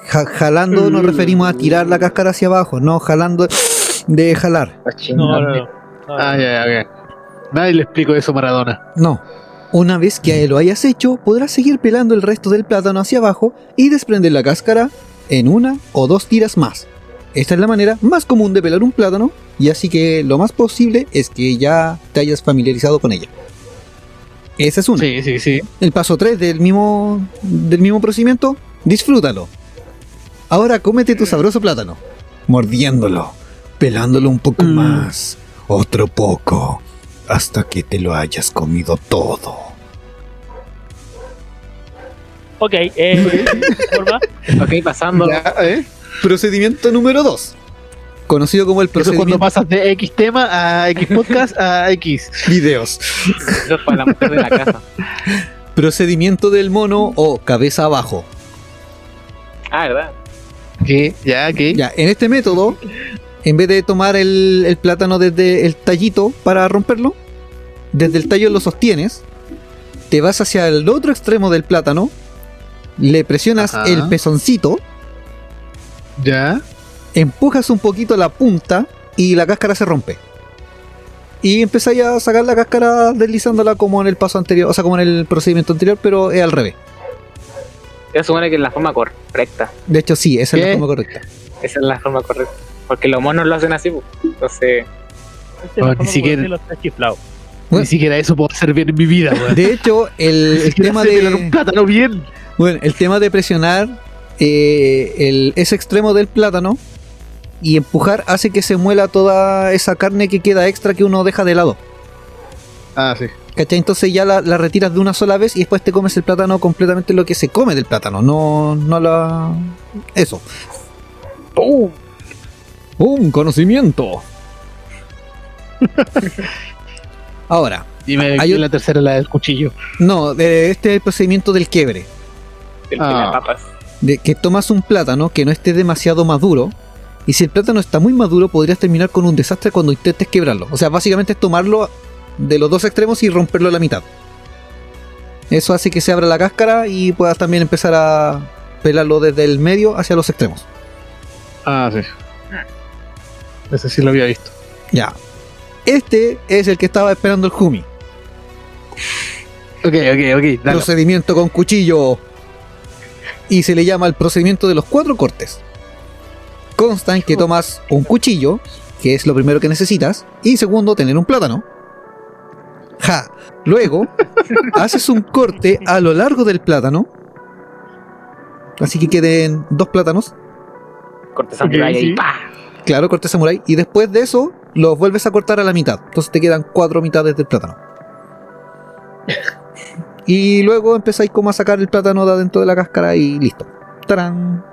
Ja- jalando nos referimos a tirar la cáscara hacia abajo, no jalando de jalar. Ah, No, no, no. No, Ah, no. ya, ya, ok. Nadie le explico eso a Maradona. No. Una vez que lo hayas hecho, podrás seguir pelando el resto del plátano hacia abajo y desprender la cáscara en una o dos tiras más. Esta es la manera más común de pelar un plátano y así que lo más posible es que ya te hayas familiarizado con ella. Esa es una. Sí, sí, sí. El paso 3 del mismo, del mismo procedimiento, disfrútalo. Ahora cómete tu sabroso plátano, mordiéndolo, pelándolo un poco Mm. más, otro poco, hasta que te lo hayas comido todo. Ok, eh, forma. Ok, pasando. Ya, ¿eh? Procedimiento número 2, conocido como el Eso es procedimiento cuando pasas de X tema a X podcast a X. videos. Eso es para la mujer de la casa. Procedimiento del mono o cabeza abajo. Ah, ¿verdad? ¿Qué? ¿Ya? ¿Qué? Ya, en este método, en vez de tomar el, el plátano desde el tallito para romperlo, desde el tallo lo sostienes, te vas hacia el otro extremo del plátano, le presionas Ajá. el pezoncito, ¿Ya? empujas un poquito la punta y la cáscara se rompe. Y empezáis a sacar la cáscara deslizándola como en el paso anterior, o sea, como en el procedimiento anterior, pero es al revés. Se supone que es la forma correcta. De hecho, sí, esa es la ¿Qué? forma correcta. Esa es la forma correcta. Porque los monos lo hacen así, pues. Entonces, Esta es la Ah, ni forma siquiera- como decirlo, está chiflado. Bueno. Ni siquiera eso puedo hacer bien en mi vida, weón. De hecho, el, el tema de... un plátano bien. Bueno, el tema de presionar eh, el- ese extremo del plátano y empujar hace que se muela toda esa carne que queda extra que uno deja de lado. Ah, sí. ¿Cachai? Entonces ya la, la retiras de una sola vez y después te comes el plátano completamente lo que se come del plátano, no, no la... Eso. ¡pum! ¡Un conocimiento! Ahora, Y me Hay y un- la tercera la del cuchillo. no, de- este es el procedimiento del quiebre. Del que Ah. las papas. de que tomas un plátano que no esté demasiado maduro. Y si el plátano está muy maduro, podrías terminar con un desastre cuando intentes quebrarlo. O sea, básicamente es tomarlo de los dos extremos y romperlo a la mitad. Eso hace que se abra la cáscara y puedas también empezar a pelarlo desde el medio hacia los extremos. Ah, sí. Ese sí lo había visto. Ya. Este es el que estaba esperando el Jumi. Ok, ok, ok. Dale. Procedimiento con cuchillo. Y se le llama el procedimiento de los cuatro cortes. Consta en que tomas un cuchillo, que es lo primero que necesitas, y segundo, tener un plátano. Ja. Luego, haces un corte a lo largo del plátano. Así que queden dos plátanos. Cortes samurai Ok, ahí, sí. ¡pa! Claro, corte samurai. Y después de eso, los vuelves a cortar a la mitad. Entonces te quedan cuatro mitades del plátano. Y luego empezáis como a sacar el plátano de adentro de la cáscara y listo. ¡Tarán!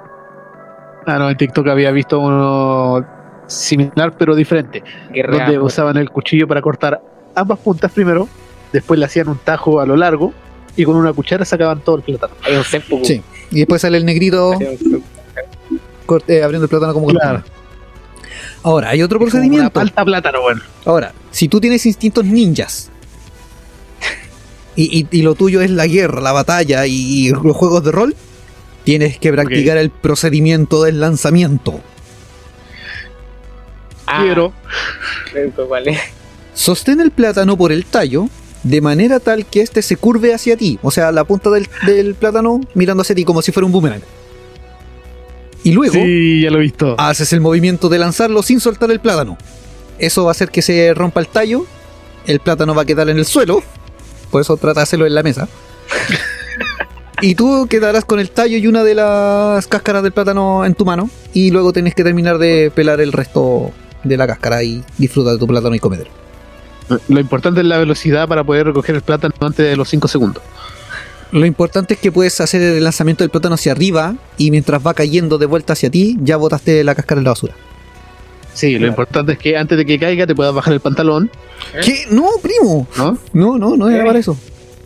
Ah, no, en TikTok había visto uno similar pero diferente. Guerra. Donde usaban el cuchillo para cortar ambas puntas primero, después le hacían un tajo a lo largo y con una cuchara sacaban todo el plátano. Hay un seppuku. Sí. Y después sale el negrito Hay un seppuku. corte- eh, abriendo el plátano como Claro. cortado. Ahora, hay otro Una procedimiento. palta plátano, bueno. Ahora, si tú tienes instintos ninjas y, y- y lo tuyo es la guerra, la batalla y, y los juegos de rol, tienes que practicar el procedimiento del lanzamiento. Ah, Quiero. eso, ¿cuál es? Sostén el plátano por el tallo de manera tal que éste se curve hacia ti, o sea, la punta del, del plátano mirando hacia ti como si fuera un boomerang. Y luego Sí, ya lo he visto. haces el movimiento de lanzarlo sin soltar el plátano. Eso va a hacer que se rompa el tallo, el plátano va a quedar en el suelo, por eso trata de hacerlo en la mesa. Y tú quedarás con el tallo y una de las cáscaras del plátano en tu mano, y luego tenés que terminar de pelar el resto de la cáscara y disfruta de tu plátano y comer. Lo importante es la velocidad para poder recoger el plátano antes de los 5 segundos. Lo importante es que puedes hacer el lanzamiento del plátano hacia arriba y mientras va cayendo de vuelta hacia ti, ya botaste la cáscara en la basura. Sí, lo importante es que antes de que caiga te puedas bajar el pantalón, ¿Eh? ¿Qué? No, primo. ¿no? No, no, no era ¿Eh? para eso.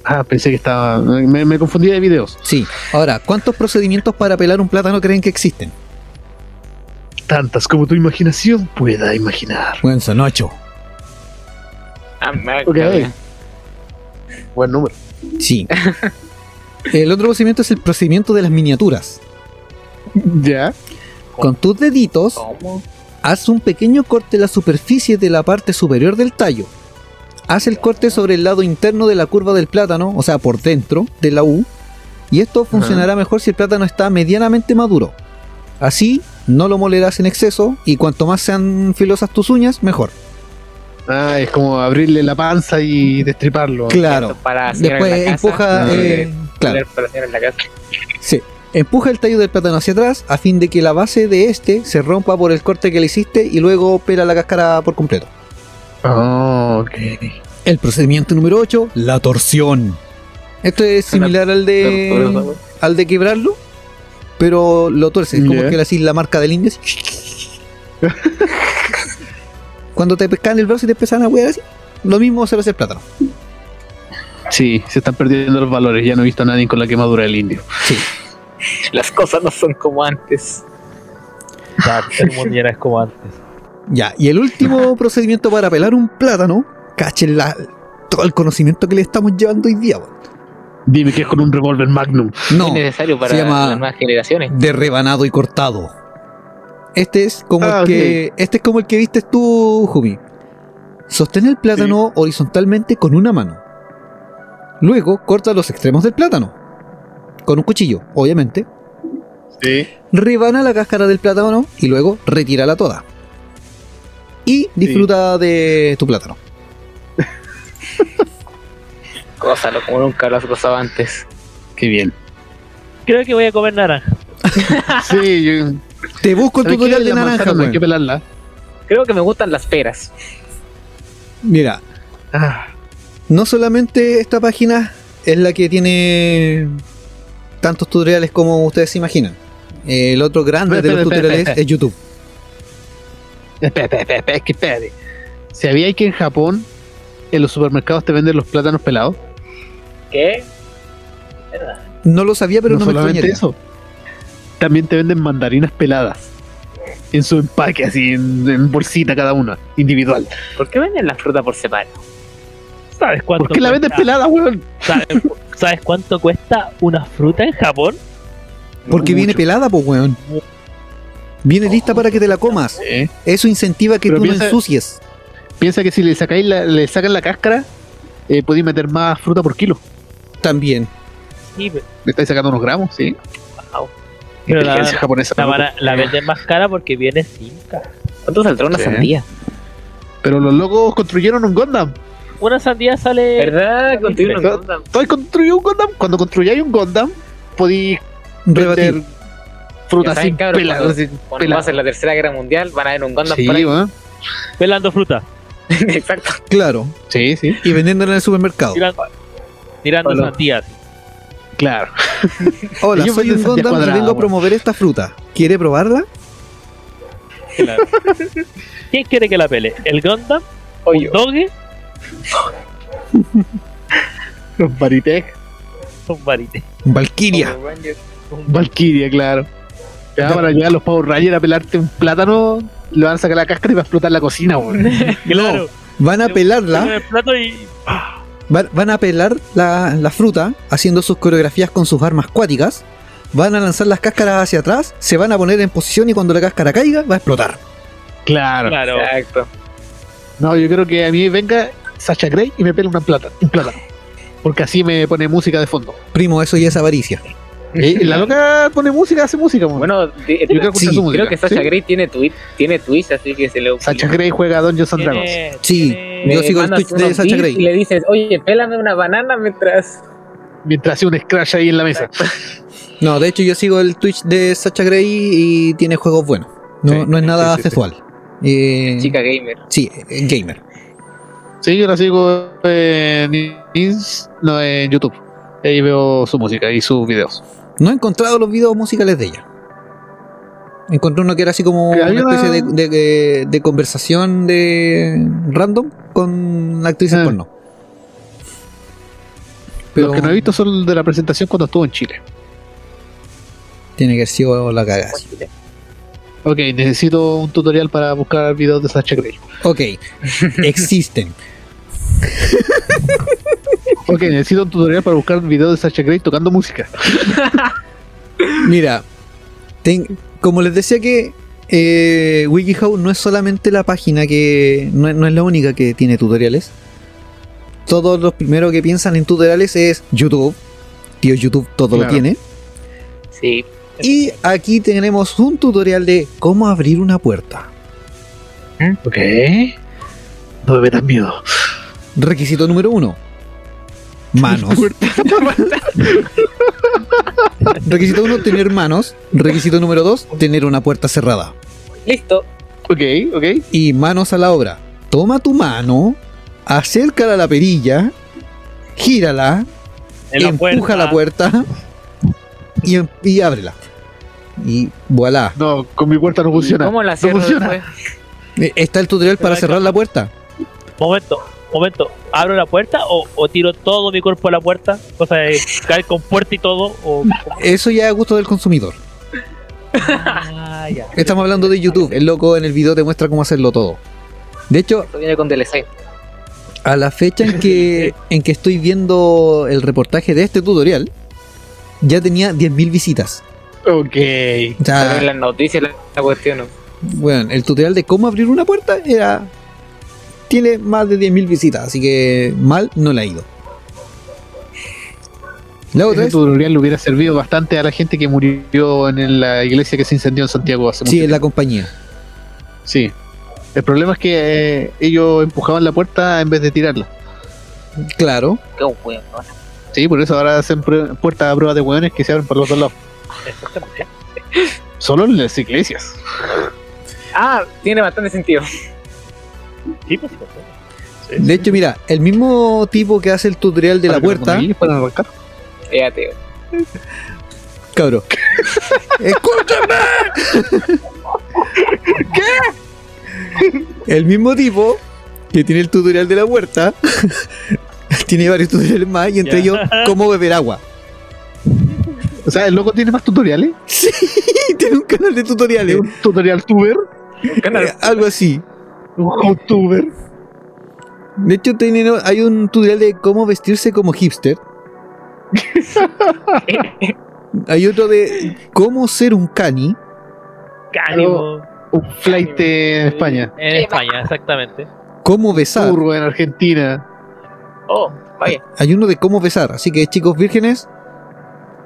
Ah, pensé que estaba. Me, me confundí de videos. Sí. Ahora, ¿cuántos procedimientos para pelar un plátano creen que existen? Tantas como tu imaginación pueda imaginar. Bueno, son ocho. Ah, me- Ok. Buen número. Sí. El otro procedimiento es el procedimiento de las miniaturas. Ya. Con tus deditos, ¿Cómo? haz un pequeño corte en la superficie de la parte superior del tallo. Haz el corte sobre el lado interno de la curva del plátano, o sea, por dentro de la U, y esto funcionará mejor si el plátano está medianamente maduro. Así, no lo molerás en exceso y cuanto más sean filosas tus uñas, mejor. Ah, es como abrirle la panza y destriparlo. Claro. Para hacer Después en la casa. empuja, Ah, eh, claro, Para hacer en la casa. sí. empuja el tallo del plátano hacia atrás a fin de que la base de este se rompa por el corte que le hiciste y luego pela la cáscara por completo. Ah, ok. El procedimiento número 8, la torsión. Esto es similar al de al de quebrarlo, pero lo tuerces, como Ya. que le haces la marca del indio. así. Cuando te pescan el brazo y te pesan a huear así, lo mismo se lo hace el plátano. Sí, se están perdiendo los valores. Ya no he visto a nadie con la quemadura del indio. Las cosas no son como antes. Ya, el mundo ya no es como antes. Ya, y el último procedimiento para pelar un plátano, cachen la- todo el conocimiento que le estamos llevando hoy día. weón. Dime que es con un revólver magnum. No, es necesario para se llama- las nuevas generaciones. de rebanado y cortado. Este es como Ah, el que este es como el que vistes tú, Jumi. Sostén el plátano horizontalmente con una mano. Luego corta los extremos del plátano con un cuchillo, obviamente. Sí. Rebana la cáscara del plátano y luego retírala toda. Y disfruta de tu plátano. Cosas como nunca las gozaba antes. Qué bien. Creo que voy a comer naranja. Sí, yo. Te busco el ¿Sabes qué? tutorial de La naranja, pues. manzana no hay que weón. pelarla. Creo que me gustan las peras. Mira, Ah, no solamente esta página es la que tiene tantos tutoriales como ustedes se imaginan. Eh, El otro grande de Espera, los espera, tutoriales espera, espera. es YouTube. espera, espera, espera, espera, es que espérate. ¿Sabíais que en Japón en los supermercados te venden los plátanos pelados? ¿Qué? No lo sabía, pero no, me solamente extrañaría. eso. También te venden mandarinas peladas. En su empaque, así, en, en bolsita cada una, individual. ¿Por qué venden las frutas por separado? ¿Sabes cuánto ¿Por qué la vendes cuesta? pelada, weón? ¿Sabes, sabes cuánto cuesta una fruta en Japón? Porque No viene mucho. pelada, pues, weón. Viene lista para que te la comas. Eh, Eso incentiva que Oh. Pero tú piensa- no ensucies. Piensa que si le sacáis la- le sacan la cáscara, eh, podéis meter más fruta por kilo. También. Sí, pero- Le estáis sacando unos gramos, sí. pero la, Inteligencia japonesa. la, vara- la venden más cara porque viene sin caja. ¿Cuánto saldrá una Sí. sandía? Pero los locos construyeron un Gundam. Una sandía sale. ¿Verdad? Continúa Pero- con- Todavía construyó un Gundam. Cuando construyáis un Gundam, podéis Rebatir. vender fruta Ya saben, sin cabros, pelar. cuando- así, Cuando pelar. pase la tercera guerra mundial, van a haber un Gundam Sí, por ahí. weón. Pelando fruta. Exacto. Claro. sí, sí, Y vendiéndola en el supermercado. Tirando, tirando Hola. sandías. claro. Hola, Yo soy un vendo sandía Gundam y cuadrada, vengo a weón. promover esta fruta. ¿Quiere probarla? Claro. ¿Quién quiere que la pele? ¿El Gundam? Oye, ¿Doge? Los Baritec, ¿O un varite? Valkyria. Valkyria, claro. Ya, para llegar a los Power Rangers a pelarte un plátano, le van a sacar la cáscara y va a explotar la cocina, weón. Claro. Van a Le- pelarla. En el plato y. Van, van a pelar la, la fruta haciendo sus coreografías con sus armas cuáticas. Van a lanzar las cáscaras hacia atrás, se van a poner en posición y cuando la cáscara caiga va a explotar. Claro. Claro. Exacto. No, yo creo que a mí venga Sasha Grey y me pela una plata, un plátano. Porque así me pone música de fondo. Primo, eso ya es avaricia. Y la loca pone música, hace música, weón. Bueno, de- yo creo que sí, usa su música. creo que Sasha ¿sí? Grey tiene tweet, tiene tweets, así que se le Sasha Grey juega a Dungeons and Dragons. Tiene- Sí. tiene- Yo Le sigo el mandas Twitch de unos Sasha beats Grey. Y le dices, oye, pélame una banana mientras. Mientras hace un scratch ahí en la mesa. No, de hecho yo sigo el Twitch de Sacha Grey y tiene juegos buenos. No, Sí, no es nada sí, sí, sí. sexual. Eh, Chica gamer. Sí, eh, gamer. Sí, yo la sigo en, Ins- no, en YouTube. Ahí veo su música y sus videos. No he encontrado los videos musicales de ella. Encontré uno que era así como Que una había especie de, una- de- de- de conversación de random con actrices Ah. porno. Los que no he visto son los de la presentación cuando estuvo en Chile. Tiene que haber sido la cagada. sí. Ok, necesito un tutorial para buscar videos de Sasha Grey. Ok, existen. Ok, necesito un tutorial para buscar videos de Sasha Grey tocando música. Mira, ten- como les decía que eh, WikiHow no es solamente la página que no, es- no es la única que tiene tutoriales. Todos los primeros que piensan en tutoriales es YouTube. Tío YouTube todo lo Claro. tiene. Sí. Y aquí tenemos un tutorial de cómo abrir una puerta. Ok. No me metas miedo. Requisito número uno. Manos. Requisito uno, tener manos. Requisito número dos, tener una puerta cerrada. Listo. Ok, ok. Y manos a la obra. Toma tu mano, acércala a la perilla, gírala, en la empuja la puerta y, em- y ábrela. Y voilà. No, con mi puerta no funciona. ¿Cómo la No cierro funciona. después? Eh, Está el tutorial para cerrar la puerta. Momento, momento. ¿Abro la puerta o, o tiro todo mi cuerpo a la puerta? O sea, eh, caer con puerta y todo. O... Eso ya es a gusto del consumidor. Ah, ya. Estamos hablando de YouTube. El loco en el video te muestra cómo hacerlo todo. De hecho, Esto viene con DLC. a la fecha en que, en que estoy viendo el reportaje de este tutorial, ya tenía 10.000 visitas. Ok. O Pero en sea, las noticias la, la cuestión. ¿no? bueno, el tutorial de cómo abrir una puerta era. Tiene más de 10.000 visitas, así que mal no le ha ido. La otra Ese es. tutorial le hubiera servido bastante a la gente que murió en el- la iglesia que se incendió en Santiago hace Sí, mucho en la compañía. tiempo. Sí. El problema es que eh, ellos empujaban la puerta en vez de tirarla. Claro. Qué hueón. Sí, por eso ahora hacen prue- puertas a prueba de hueones que se abren por los dos lados. Solo en las iglesias. Ah, tiene bastante sentido. Sí, pues, sí, pues, sí. De hecho, mira, el mismo tipo que hace el tutorial de la Para que los puerta. monaguillos puedan arrancar. Es ateo. Cabro. ¡Escúchame! ¿Qué? El mismo tipo que tiene el tutorial de la huerta tiene varios tutoriales más y entre Ya. ellos cómo beber agua. O sea, el loco tiene más tutoriales. Y tiene un canal de tutoriales. Tiene un tutorial tuber. Canal. eh, algo así. Un youtuber. De hecho, tiene- hay un tutorial de cómo vestirse como hipster. Hay otro de cómo ser un cani. Cánimo. Un flight en España. En España, exactamente. Cómo besar. Turbo en Argentina. Oh, vaya. Hay uno de cómo besar. Así que, chicos vírgenes,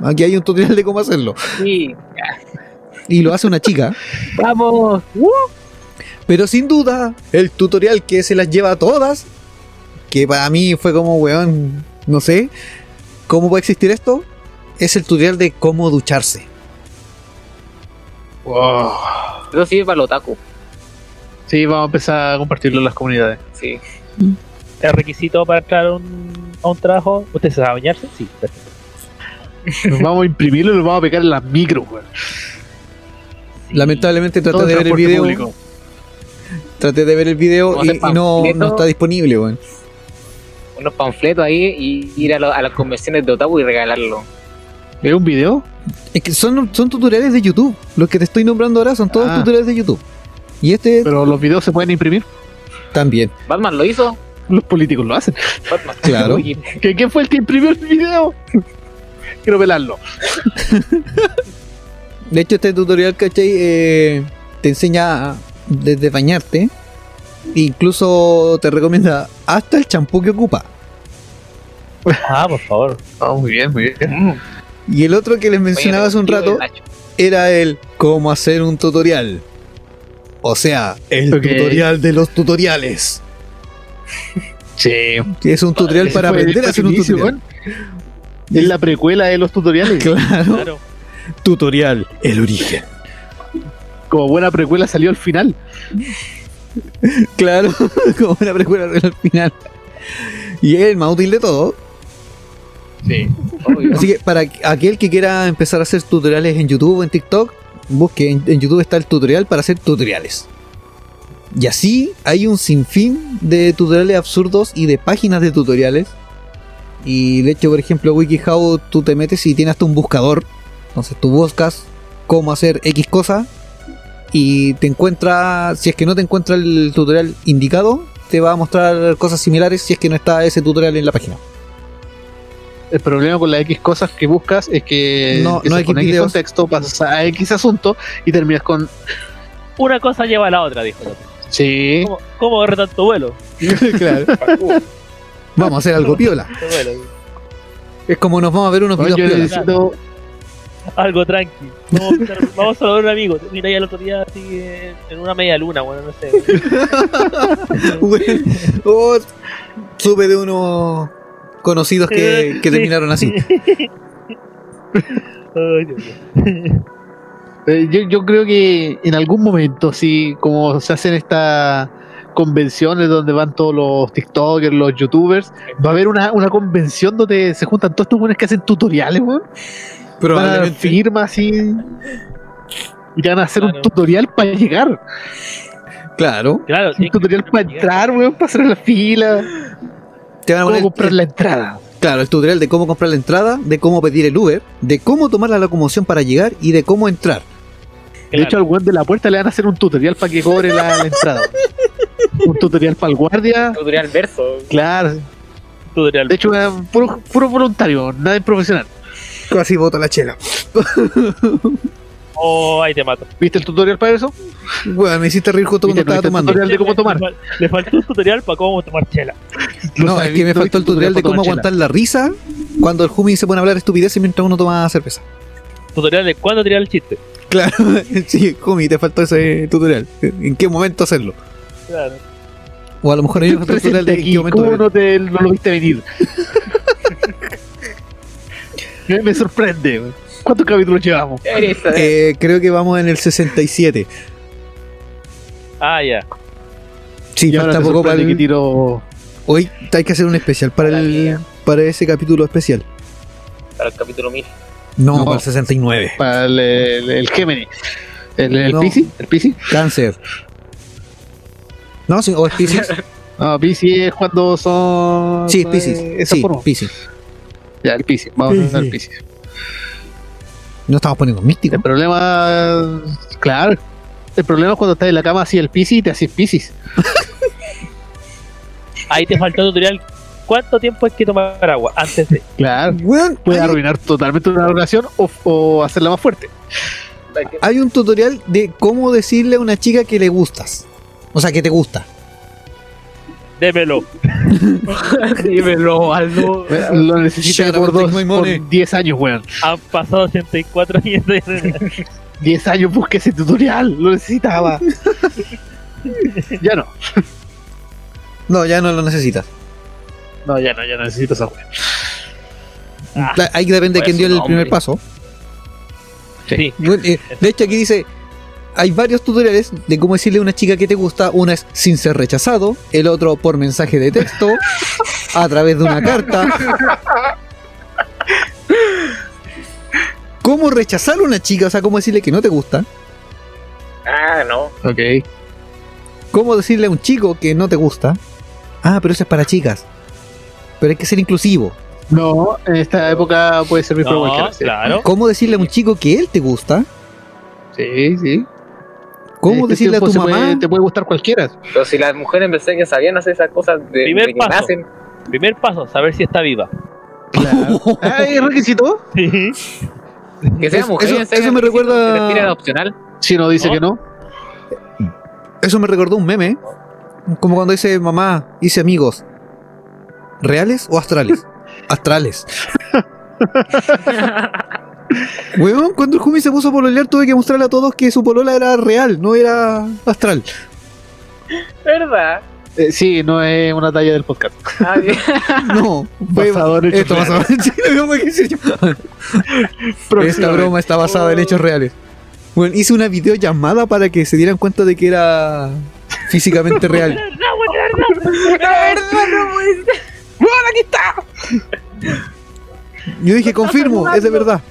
aquí hay un tutorial de cómo hacerlo. Sí. Y lo hace una chica. Vamos. Pero sin duda, el tutorial que se las lleva a todas, que para mí fue como, weón, no sé, ¿cómo va a existir esto? Es el tutorial de cómo ducharse. Wow. Eso sirve para el otaku. Sí, vamos a empezar a compartirlo en las comunidades. Sí. El requisito para entrar a un, a un trabajo. ¿Usted sabe bañarse? Sí. perfecto. Nos vamos a imprimirlo y lo vamos a pegar en las micros, weón. Sí. Lamentablemente traté Todo de ver el transporte video, público. traté de ver el video Vamos a y, hacer y no, panfleto. no está disponible, weón. Unos panfletos ahí y ir a, lo- a las convenciones de otaku y regalarlo. ¿Es un video? Es que son, son tutoriales de YouTube. Los que te estoy nombrando ahora son todos Ah. tutoriales de YouTube. Y este Pero los videos se pueden imprimir. también. Batman lo hizo. Los políticos lo hacen. Batman. Claro. Uy, ¿Qué- ¿Quién fue el que imprimió el video? Quiero velarlo. De hecho, este tutorial, ¿cachai? Eh, te enseña a- desde bañarte. E Incluso te recomienda hasta el champú que ocupa. Ah, por favor. Ah, muy bien, muy bien. mm. Y el otro que les mencionaba hace un Oye, rato Nacho. era el cómo hacer un tutorial. O sea, el Ok. tutorial de los tutoriales. Sí. Que es un tutorial Ese para fue- aprender fue a hacer un inicio, tutorial. weón. Es la precuela de los tutoriales. Claro. Claro. Tutorial, el origen. Como buena precuela salió al final. Claro, como la precuela al final. Y es el más útil de todo. Sí. Obvio. Así que para aquel que quiera empezar a hacer tutoriales en YouTube o en TikTok, busque en, en YouTube está el tutorial para hacer tutoriales. Y así hay un sinfín de tutoriales absurdos y de páginas de tutoriales. Y de hecho, por ejemplo, WikiHow tú te metes y tienes hasta un buscador. Entonces tú buscas cómo hacer X cosa y te encuentra, si es que no te encuentra el tutorial indicado, te va a mostrar cosas similares si es que no está ese tutorial en la página. El problema con las X cosas que buscas es que No, empiezas no hay con X videos. contexto, pasas a X asunto y terminas con Una cosa lleva a la otra, dijo. sí. ¿Cómo, cómo agarré tanto vuelo? claro. Vamos a hacer algo piola. Tanto vuelo. Es como nos vamos a ver unos Yo videos piola. necesito Algo tranqui. Vamos a, estar- vamos a saludar a un amigo. Mira, ya el otro día así eh, en una media luna, bueno, no sé. Güey, oh, supe de unos conocidos que, que terminaron así. Ay, Dios mío. Eh, Yo, yo creo que en algún momento, así como se hacen estas convenciones donde van todos los TikTokers, los YouTubers, va a haber una, una convención donde se juntan todos estos buenos que hacen tutoriales, weón. Van a dar Probablemente. firmas y, y te van a hacer un Claro. tutorial para llegar. Claro. Claro, Un tienes que tutorial tener para idea. entrar, weón, para hacer la fila, Te van a cómo poner comprar la entrada. claro, el tutorial de cómo comprar la entrada, de cómo pedir el Uber, de cómo tomar la locomoción para llegar y de cómo entrar. De hecho, al weón de la puerta le van a hacer un tutorial para que cobre la, la entrada. Un tutorial para el guardia. Tutorial verso. Claro. Claro, tutorial. De hecho, weón, puro, puro voluntario, nadie profesional. Casi bota la chela. Oh, ahí te mato. ¿Viste el tutorial para eso? Bueno, me hiciste reír justo cuando estaba Viste, ¿no viste el tomando. tutorial de cómo tomar. Le fal- Le faltó un tutorial para cómo tomar chela. No, es que me faltó el tutorial de cómo aguantar la risa cuando el Jumi se pone a hablar estupideces mientras uno toma cerveza. Tutorial de cuándo tirar el chiste. Claro, sí, Jumi, te faltó ese tutorial. ¿En qué momento hacerlo? Claro. O a lo mejor hay un tutorial de en qué momento ¿Cómo no, te, no lo viste venir? me, me sorprende. güey. ¿Cuántos capítulos llevamos? Ya eres, eh, Eh, creo que vamos en el 67. Ah, ya. Sí, Y ahora falta te poco para sorprende que el... tiro... Hoy hay que hacer un especial para Para el mí. para ese capítulo especial. Para el capítulo 1000. No, No. para el 69. Para el, el, el Gemini. ¿El, el No. PC? ¿El PC? Cáncer. No, sí, o es Pisces. No, PC es cuando son... Sí, eh, Pisces. esa Sí, forma. Pisces. Ya, el PC. Vamos a Piscis. el PC. No estamos poniendo místico. El problema... Claro. El problema es cuando estás en la cama así el PC y te haces Pisces. Ahí te faltó el tutorial. ¿Cuánto tiempo hay que tomar agua antes de? Claro. Weón, puede hay, arruinar totalmente una relación o, o hacerla más fuerte. hay un tutorial de cómo decirle a una chica que le gustas. O sea, que te gusta. Démelo. Dímelo, Aldo. Eh, Lo necesito Shut up por and dos, take my money. por 10 años, weón. Han pasado 84 años de... 10 años busqué ese tutorial, lo necesitaba. ya no, No, ya no lo necesitas. no, ya no, ya no necesito esa weón. La- Ahí depende de Pues, quién dio el no, primer hombre. paso. Sí. Bueno, eh, de hecho, aquí dice: hay varios tutoriales de cómo decirle a una chica que te gusta. Una es sin ser rechazado, el otro por mensaje de texto, a través de una carta. ¿Cómo rechazar a una chica? O sea, cómo decirle que no te gusta. Ah, no. Ok. ¿Cómo decirle a un chico que no te gusta? Ah, pero eso es para chicas. Pero hay que ser inclusivo. No, en esta época puede servir para No, cualquiera. sí. claro. ¿Cómo decirle a un chico que él te gusta? Sí, sí. ¿Cómo Este decirle a tiempo tu se puede- mamá? te puede gustar cualquiera. Pero si las mujeres pensé que sabían hacer esas cosas de, Primer de que paso. nacen, Primer paso, saber si está viva. Ah, ¿es requisito? Sí. que sea Eso- mujer. eso- en serio, eso me que si recuerda- se refiere a opcional. Si no dice No. que no. Eso me recordó un meme. ¿eh? Como cuando dice mamá, hice amigos. ¿Reales o astrales? astrales. Weón, cuando el Jumi se puso a pololear tuve que mostrarle a todos que su polola era real, no era astral. ¿Verdad? Eh, sí, no es una talla del podcast. Ah, bien. No, fue Basado en hechos esto basado en hechos- lo que hice yo. Esta broma está basada en hechos reales. Bueno, hice una videollamada para que se dieran cuenta de que era físicamente real. Yo dije, confirmo, es de verdad.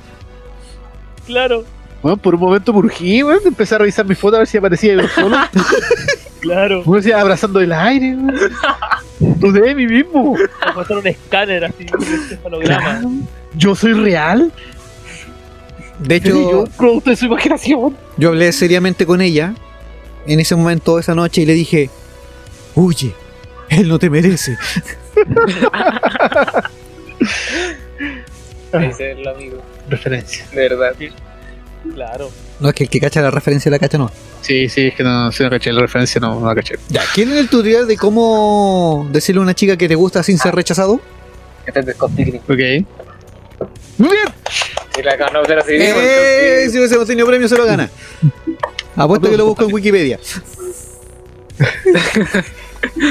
Claro, Bueno, por un momento me urgí, weón. Empecé a revisar mi foto a ver si aparecía yo solo. claro. Uno se iba abrazando el aire, weón. Tú de mí mismo. Vamos a hacer un escáner así, un encefalograma. Yo soy real. De Yo, hecho, un producto de su imaginación. Yo hablé seriamente con ella en ese momento, esa noche, y le dije, huye, él no te merece. Ese es el amigo. Referencia. De verdad. Claro. No, es que el que cacha la referencia la cacha no. Sí, sí, es que no, si no caché la referencia, no, no la caché. Ya, ¿quieren el tutorial de cómo decirle a una chica que te gusta sin ser rechazado? Este es de Scott Pilgrim. Ok. Muy bien. Si la ganó, pero si digo, ¡Eh! entonces- Si hubiésemos tenido premio, se lo gana. Apuesto que lo busco en Wikipedia.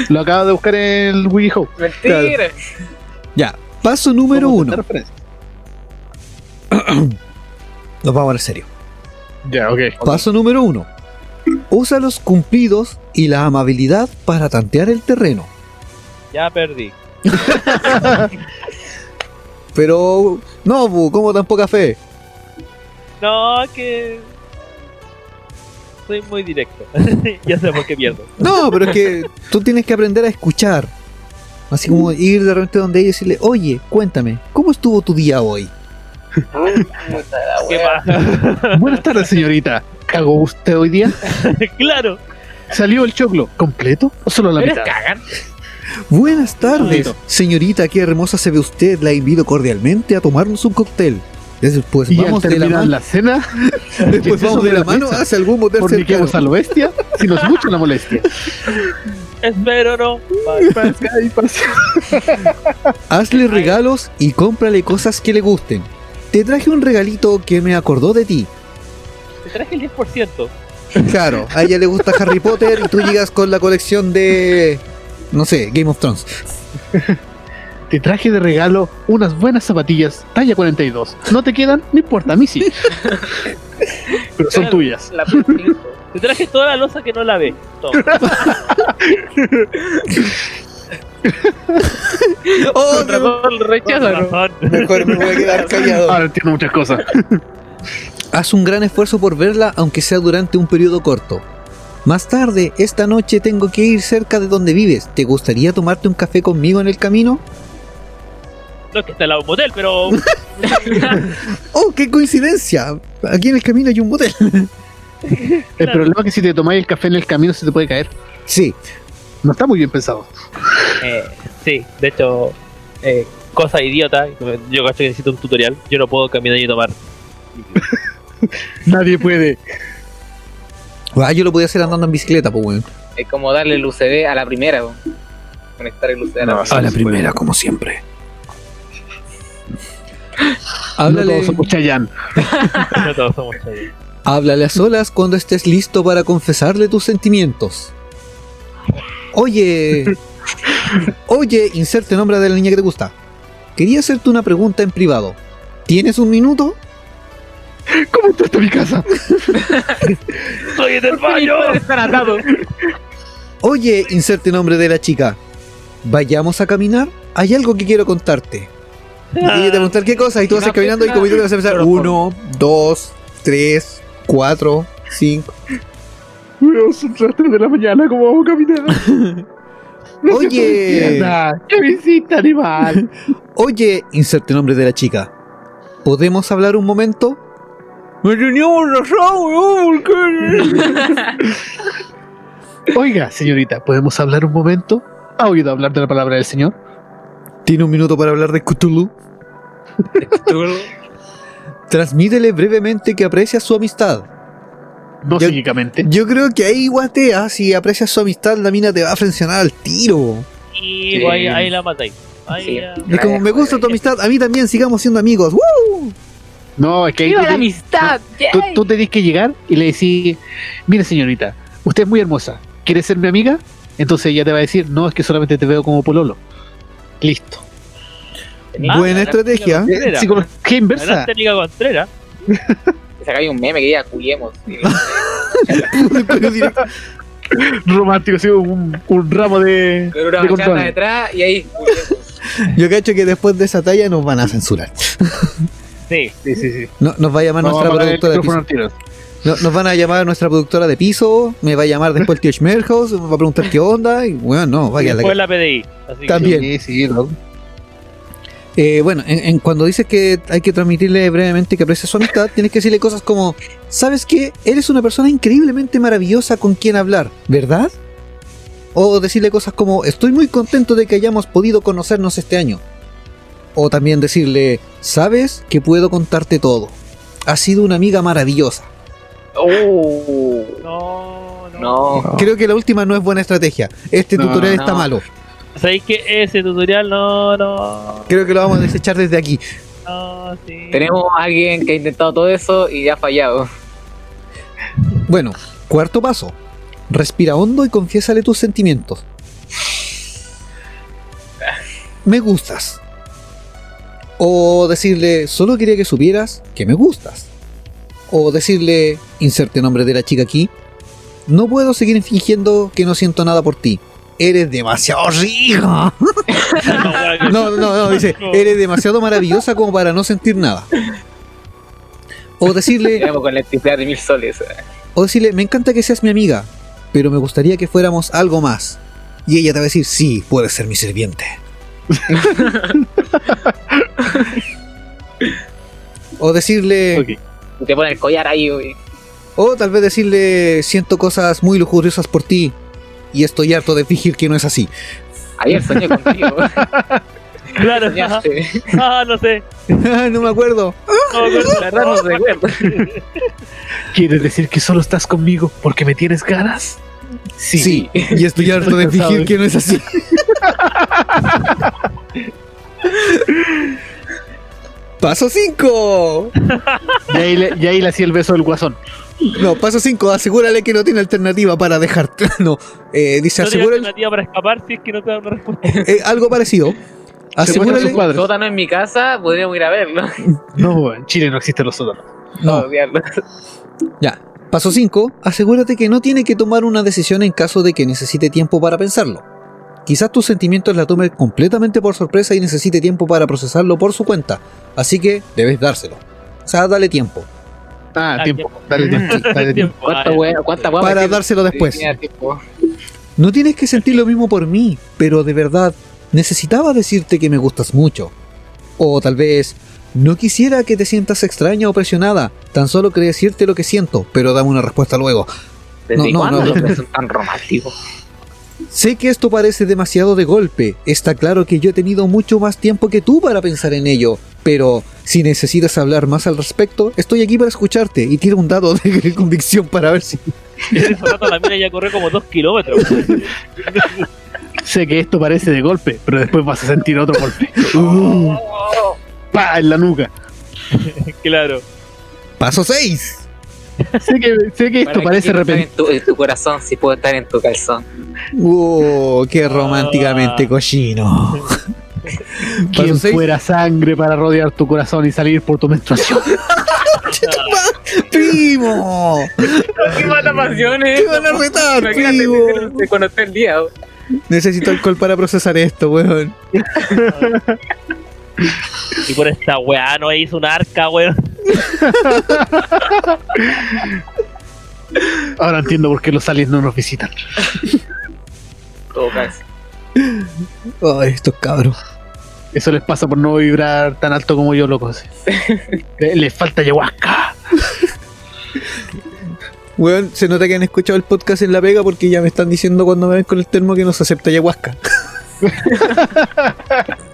Lo acabo de buscar en el WikiHow. Mentira. Ya, paso número ¿Cómo uno. está la referencia? Nos vamos a ver serio. Ya, ok. Paso número uno. Usa los cumplidos y la amabilidad para tantear el terreno. Ya perdí. Pero, no, bu, ¿cómo tan poca fe? No, es que. Soy muy directo. ya sé por qué pierdo. No, pero es que tú tienes que aprender a escuchar. Así como ir de repente donde ella y decirle, oye, cuéntame, ¿cómo estuvo tu día hoy? Puta la ¿Qué wea. pasa? Buenas tardes, señorita. ¿Cagó usted hoy día? claro. ¿Salió el choclo completo o solo la mitad? ¿Eres cagan? Buenas tardes, Bonito. señorita, qué hermosa se ve usted. La invito cordialmente a tomarnos un cóctel. Después Y vamos al de la terminar mano, la cena, después vamos de la mano mesa. hacia algún motel cercano. forniquemos a lo bestia, si nos mucho la molestia. Espero no. Hazle regalos y cómprale cosas que le gusten. Te traje un regalito que me acordó de ti. Te traje el 10%. Claro, a ella le gusta Harry Potter y tú llegas con la colección de, no sé, Game of Thrones. Te traje de regalo unas buenas zapatillas, talla 42. ¿No te quedan? No importa, a mí sí. Pero son tuyas. La puta. Te traje toda la losa que no la ve. Toma. ¡Oh, Con razón, el rechazo, ¿no? Mejor me voy a quedar callado. Ahora entiendo muchas cosas. Haz un gran esfuerzo por verla, aunque sea durante un periodo corto. Más tarde, esta noche tengo que ir cerca de donde vives. ¿Te gustaría tomarte un café conmigo en el camino? No es que está al lado de un motel, pero. ¡Oh, qué coincidencia! Aquí en el camino hay un motel. El problema es que si te tomáis el café en el camino se te puede caer. Sí, No está muy bien pensado. Eh, sí, de hecho, eh, cosa idiota. Yo cacho que necesito un tutorial. Yo no puedo caminar y tomar. Nadie puede. ah, yo lo podía hacer andando en bicicleta, pues bueno. Es como darle el UCB a la primera, weón. Conectar el UCB a la No, primera. A la primera, como siempre. No Háblale, todos somos Chayanne. No todos somos chayos. Háblale a solas cuando estés listo para confesarle tus sentimientos. Oye, oye, inserte nombre de la niña que te gusta. Quería hacerte una pregunta en privado. ¿Tienes un minuto? ¿Cómo entraste a mi casa? ¡Soy del baño! Están atados. Oye, inserte nombre de la chica. ¿Vayamos a caminar? Hay algo que quiero contarte. Y ella te va a preguntar qué cosa y tú vas a ir caminando y como yo te vas a empezar. Uno, dos, tres, cuatro, cinco. Weón, son las 3 de la mañana, ¿cómo vamos a caminar? No se Oye. entienda. ¡Qué visita, animal! Oye, inserte nombre de la chica. ¿Podemos hablar un momento? Me reuníamos rosado, weón, porque. Oiga, señorita, ¿podemos hablar un momento? ¿Ha oído hablar de la palabra del Señor? Tiene un minuto para hablar de Cthulhu. Transmítele brevemente que aprecia su amistad. No Yo- psíquicamente. Yo creo que ahí guatea, si aprecias su amistad, la mina te va a frencionar al tiro. Y Sí. pues, ahí, ahí la matáis. Ahí Sí. la- Es como, me gusta tu amistad, a mí también, sigamos siendo amigos. ¡Woo! No, es que ahí ¡Viva tú la te- amistad! tú, ¡Yay! tú tenés que llegar y le decís, mire señorita, usted es muy hermosa, ¿quiere ser mi amiga? Entonces ella te va a decir, no, es que solamente te veo como pololo. Listo. Ah, Buena la estrategia. técnica Contreras. Psicología La inversa. técnica Contreras. Sacáis un meme que ya culiemos. Y- Romántico, así un, un ramo de... Pero una de bachata condones. detrás y ahí culiemos. Yo cacho que después de esa talla nos van a censurar. Sí. Sí, sí, sí. No, nos va a llamar Vamos a nuestra apagar el productora de micrófono piso. al tiro. No, nos van a llamar nuestra productora de piso, me va a llamar después el tío Schmerhaus, me va a preguntar qué onda, y bueno, no, vaya la Fue la PDI. Así que- También. Sí, sí, ¿no? Eh, bueno, en, en cuando dices que hay que transmitirle brevemente que aprecias su amistad, tienes que decirle cosas como, ¿sabes qué? Eres una persona increíblemente maravillosa con quien hablar, ¿verdad? O decirle cosas como, estoy muy contento de que hayamos podido conocernos este año. O también decirle, ¿sabes que puedo contarte todo? Has sido una amiga maravillosa. Oh, No, no. no. Creo que la última no es buena estrategia. Este Ah. No, tutorial está no. malo. ¿Sabéis que ese tutorial no, no, Creo que lo vamos a desechar desde aquí. no, sí. Tenemos a alguien que ha intentado todo eso y ya ha fallado. Bueno, cuarto paso. Respira hondo y confiésale tus sentimientos. Me gustas. O decirle, solo quería que supieras que me gustas. O decirle, inserte nombre de la chica aquí. No puedo seguir fingiendo que no siento nada por ti. Eres demasiado rica. No, bueno, No, no, no, dice, eres demasiado maravillosa como para no sentir nada. O decirle, Llegamos con la electricidad de mil soles. o decirle, me encanta que seas mi amiga, pero me gustaría que fuéramos algo más. Y ella te va a decir, sí, puedes ser mi sirviente. o decirle, Ok. Y te ponen el collar ahí, güey. o tal vez decirle, siento cosas muy lujuriosas por ti y estoy harto de fingir que no es así. Ayer soñé contigo. güey. Claro, ajá. Soñaste. ah, no sé. no me acuerdo. No, no, La verdad no recuerdo. ¿Quieres decir que solo estás conmigo porque me tienes ganas? Sí, y estoy harto de fingir que no es así. Paso 5. Y ahí, le, y ahí le hacía el beso del guasón. No, paso 5, asegúrale que no tiene alternativa para dejarte. No, eh, dice, no tiene asegúrale alternativa para escapar si es que no te dan una respuesta. eh, algo parecido. muestra Asegúrale. su padre. Sótano en mi casa, podríamos ir a verlo. No, en Chile no existen los sótanos. No, Odiarlo. ya. Paso 5, asegúrate que no tiene que tomar una decisión en caso de que necesite tiempo para pensarlo. Quizás tus sentimientos la tome completamente por sorpresa y necesite tiempo para procesarlo por su cuenta. Así que debes dárselo. O sea, dale tiempo. Ah, Ah, tiempo. Dale tiempo. Dale tiempo. ¿Cuánta Ah, güey? ¿Cuánta guapa Para tiene- dárselo después. tenía tiempo? No tienes que sentir lo mismo por mí, pero de verdad, necesitaba decirte que me gustas mucho. O tal vez, no quisiera que te sientas extraña o presionada, tan solo quería decirte lo que siento, pero dame una respuesta luego. No, ¿Desde no, cuándo no. los hombres son tan románticos? Sé que esto parece demasiado de golpe, está claro que yo he tenido mucho más tiempo que tú para pensar en ello, pero si necesitas hablar más al respecto, estoy aquí para escucharte y tiro un dado de convicción para ver si... En ese rato la mina ya corrió como dos kilómetros. Sé que esto parece de golpe, pero después vas a sentir otro golpe. Mm. ¡Pah! En la nuca. claro. Paso 6. Sé que, sé que esto Para que parece quiero estar repentino. en tu, en tu corazón, si puedo estar en tu calzón. ¡Wow! ¡Qué románticamente cochino! Paso Quien seis. fuera sangre para rodear tu corazón y salir por tu menstruación. ¡Primo! ¿Qué eh. mata pasiones? ¡Te van a retar, primo! Cuando esté el día, oh. güey. Necesito alcohol para procesar esto, weón. Y por esta weá no hizo un arca, weón. Ahora entiendo por qué los aliens no nos visitan. Todo calzón. Ay, estos cabros. Eso les pasa por no vibrar tan alto como yo, locos. Le- Les falta ayahuasca. Weón, se nota que han escuchado el podcast en la pega porque ya me están diciendo cuando me ven con el termo que nos acepta ayahuasca.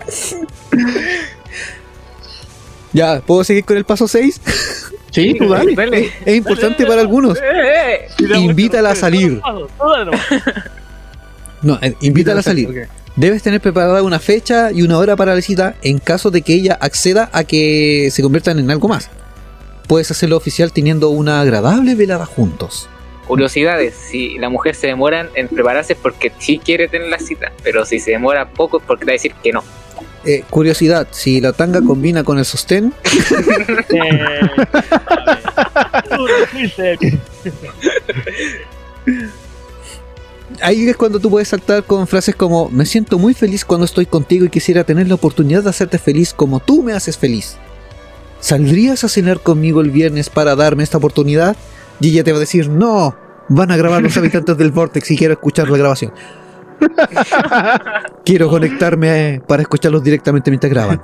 ya, ¿puedo seguir con el paso 6? Sí, tú dale. Dale. Es importante para algunos. Eh, eh. Invítala a salir. No, eh, invítala a salir. Ok. Debes tener preparada una fecha y una hora para la cita en caso de que ella acceda a que se conviertan en algo más. Puedes hacerlo oficial teniendo una agradable velada juntos. Curiosidades, si la mujer se demora en prepararse es porque sí quiere tener la cita, pero si se demora poco es porque te va a decir que no. Eh, curiosidad, si la tanga combina con el sostén, ahí es cuando tú puedes saltar con frases como me siento muy feliz cuando estoy contigo y quisiera tener la oportunidad de hacerte feliz como tú me haces feliz. ¿Saldrías a cenar conmigo el viernes para darme esta oportunidad? Y ella te va a decir, no, van a grabar los habitantes del Vortex y quiero escuchar la grabación. Quiero conectarme eh, para escucharlos directamente mientras graban.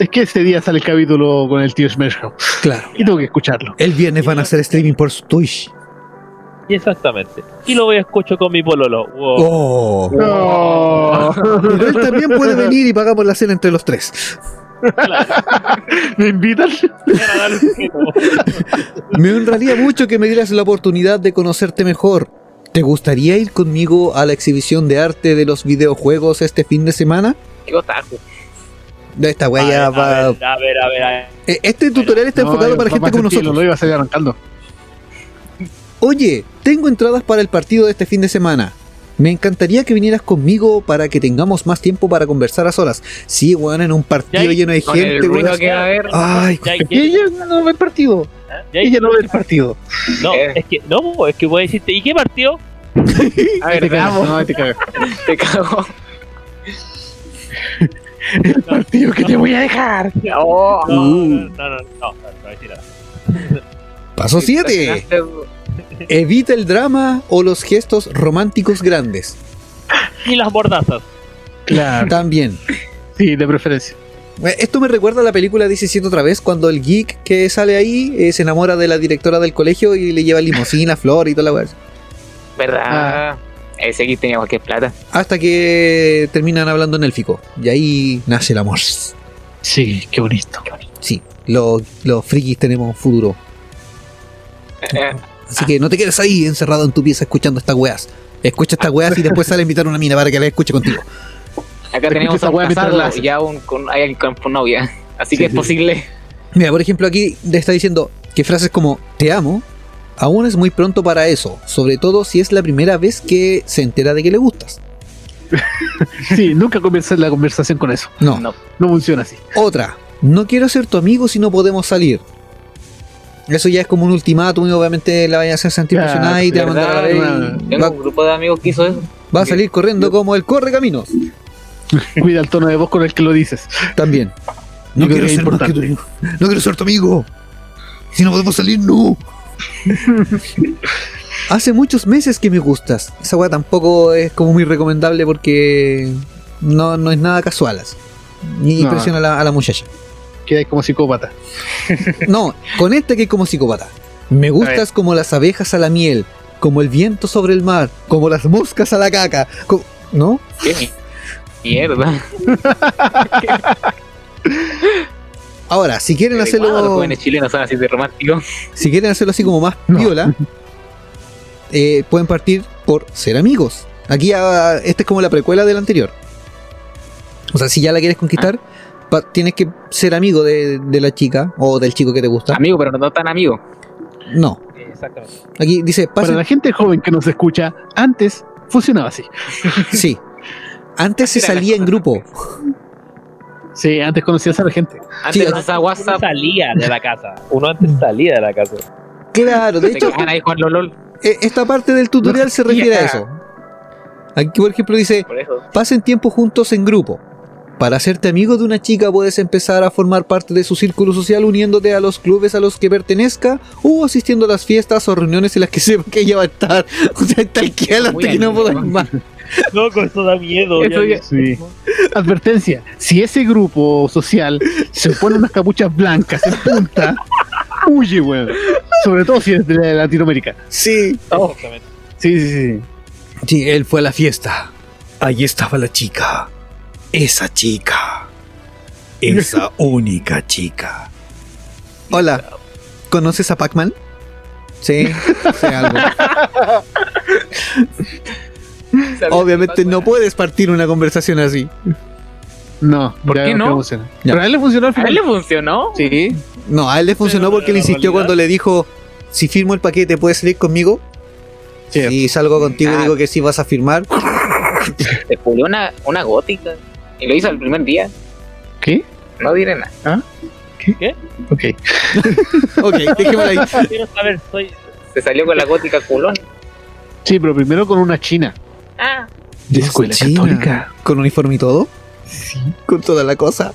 Es que ese día sale el capítulo con el tío Smash House Claro. y tengo que escucharlo. El viernes van a hacer streaming por Twitch. Exactamente. Y lo voy a escuchar con mi pololo. Wow. Oh. No, Pero él también puede venir y pagamos la cena entre los tres. ¿Me invitan? Era darle un poquito. Me honraría mucho que me dieras la oportunidad de conocerte mejor. ¿Te gustaría ir conmigo a la exhibición de arte de los videojuegos este fin de semana? Qué otaku. Esta weá ya a, ver, va. a ver, a ver, a ver, a ver. Eh, Este tutorial está No, enfocado yo- para gente papá, como tranquilo, nosotros. Lo iba a salir arrancando. Oye, tengo entradas para el partido de este fin de semana. Me encantaría que vinieras conmigo para que tengamos más tiempo para conversar a solas. Sí, weón, en un partido Ya hay- lleno de Con el gente, ruido weón. que va a haber. Ay, Ya hay Y que- ella no ve el partido. ya hay- Ella no ve el partido. ¿eh? No, Eh. es que no, po, es que voy a decirte, ¿y qué partido? A ver, te cagas, veamos. No, este te cagas. Te cago. El partido que Uh. te voy a dejar. Oh. No, no, no, no, no, no, no, no voy a decir nada. paso 7. Evita el drama o los gestos románticos grandes. Y las bordazas. Claro. También. Sí, de preferencia. Eh, Esto me recuerda a la película 17 otra vez, cuando el geek que sale ahí eh, se enamora de la directora del colegio y le lleva limosina, flor y toda la weá. ¿Verdad? Ah. Ese aquí tenía cualquier plata. Hasta que terminan hablando en élfico. Y ahí nace el amor. Sí, qué bonito. Sí, los, los frikis tenemos futuro. Así que no te quedes ahí encerrado en tu pieza escuchando estas weas. Escucha estas weas y después sale a invitar a una mina para que la escuche contigo. Acá tenemos esa a un weá mientras la casado hace. y a un, con, hay alguien con con novia. Sí, Así que es sí. posible. Mira, por ejemplo, aquí le está diciendo que frases como te amo, aún es muy pronto para eso, sobre todo si es la primera vez que se entera de que le gustas. Sí, nunca comienza la conversación con eso. No. No. No funciona así. Otra, no quiero ser tu amigo si no podemos salir. Eso ya es como un ultimátum y obviamente la vaya a hacer sentir Claro, presionada y te va a mandar a la ¿verdad? verga y Tengo va, un grupo de amigos que hizo eso. va a salir corriendo como el corre caminos. Cuida el tono de voz con el que lo dices. También. No quiero ser más que tu amigo. No quiero ser tu amigo. Si no podemos salir, no. Hace muchos meses que me gustas. Esa weá tampoco es como muy recomendable porque no, no es nada casual. así. Ni No. presiona a la, a la muchacha. Quedas como psicópata. No, con este que es como psicópata. Me gustas como las abejas a la miel, como el viento sobre el mar, como las moscas a la caca. co- ¿No? Qué mierda. Ahora, si quieren Desde cuándo Los hacerlo. jóvenes chilenos son así de románticos. Si quieren hacerlo así como más No. viola, eh, pueden partir por ser amigos. Aquí ya, esta es como la precuela del anterior. O sea, si ya la quieres conquistar, pa- tienes que ser amigo de, de la chica o del chico que te gusta. Amigo, pero no tan amigo. No. Exactamente. Aquí dice, Para la pasen. gente joven que nos escucha, antes funcionaba así. Sí. Antes se Ah, Era la salía en cosa grupo. Sí, antes conocías a la gente. Antes Sí, ah. no usaba Uno WhatsApp. salía de la casa. Uno antes salía de la casa. Claro, de Se hecho, quedaban ahí jugando LOL. e- esta parte del tutorial se refiere Ah. a eso. Aquí, por ejemplo, dice, Por eso. Pasen tiempo juntos en grupo. Para hacerte amigo de una chica puedes empezar a formar parte de su círculo social uniéndote a los clubes a los que pertenezca o asistiendo a las fiestas o reuniones en las que sepa que ella va a estar. O sea, tal que hasta Muy que no amigo. podáis más. Loco, eso da miedo. Eso ya- ya- Sí. Advertencia, si ese grupo social se pone unas capuchas blancas en punta, huye, weón. Sobre todo si es de Latinoamérica. Sí. Oh. Exactamente. Sí, sí, sí. Sí, él fue a la fiesta. Allí estaba la chica. Esa chica. Esa única chica. Hola. ¿Conoces a Pac-Man? Sí, sé algo. Obviamente no puedes partir una conversación así. No, ¿Por ya qué vemos no? cómo será. Ya. Pero a él le funcionó al ¿A él final. le funcionó? Sí. No, a él le funcionó Pero, porque le ¿la insistió realidad? cuando le dijo, si firmo el paquete, ¿puedes salir conmigo? Sí. Y salgo contigo y Ah. digo que sí vas a firmar. Se pulió una, una gótica. Y lo hizo el primer día. ¿Qué? No diré nada. Ok. Ok, dejémosla ahí. Quiero saber, soy. Se salió con la gótica culón. Sí, pero primero con una china. Ah, De Una escuela china, católica. ¿Con uniforme y todo? Sí. Con toda la cosa.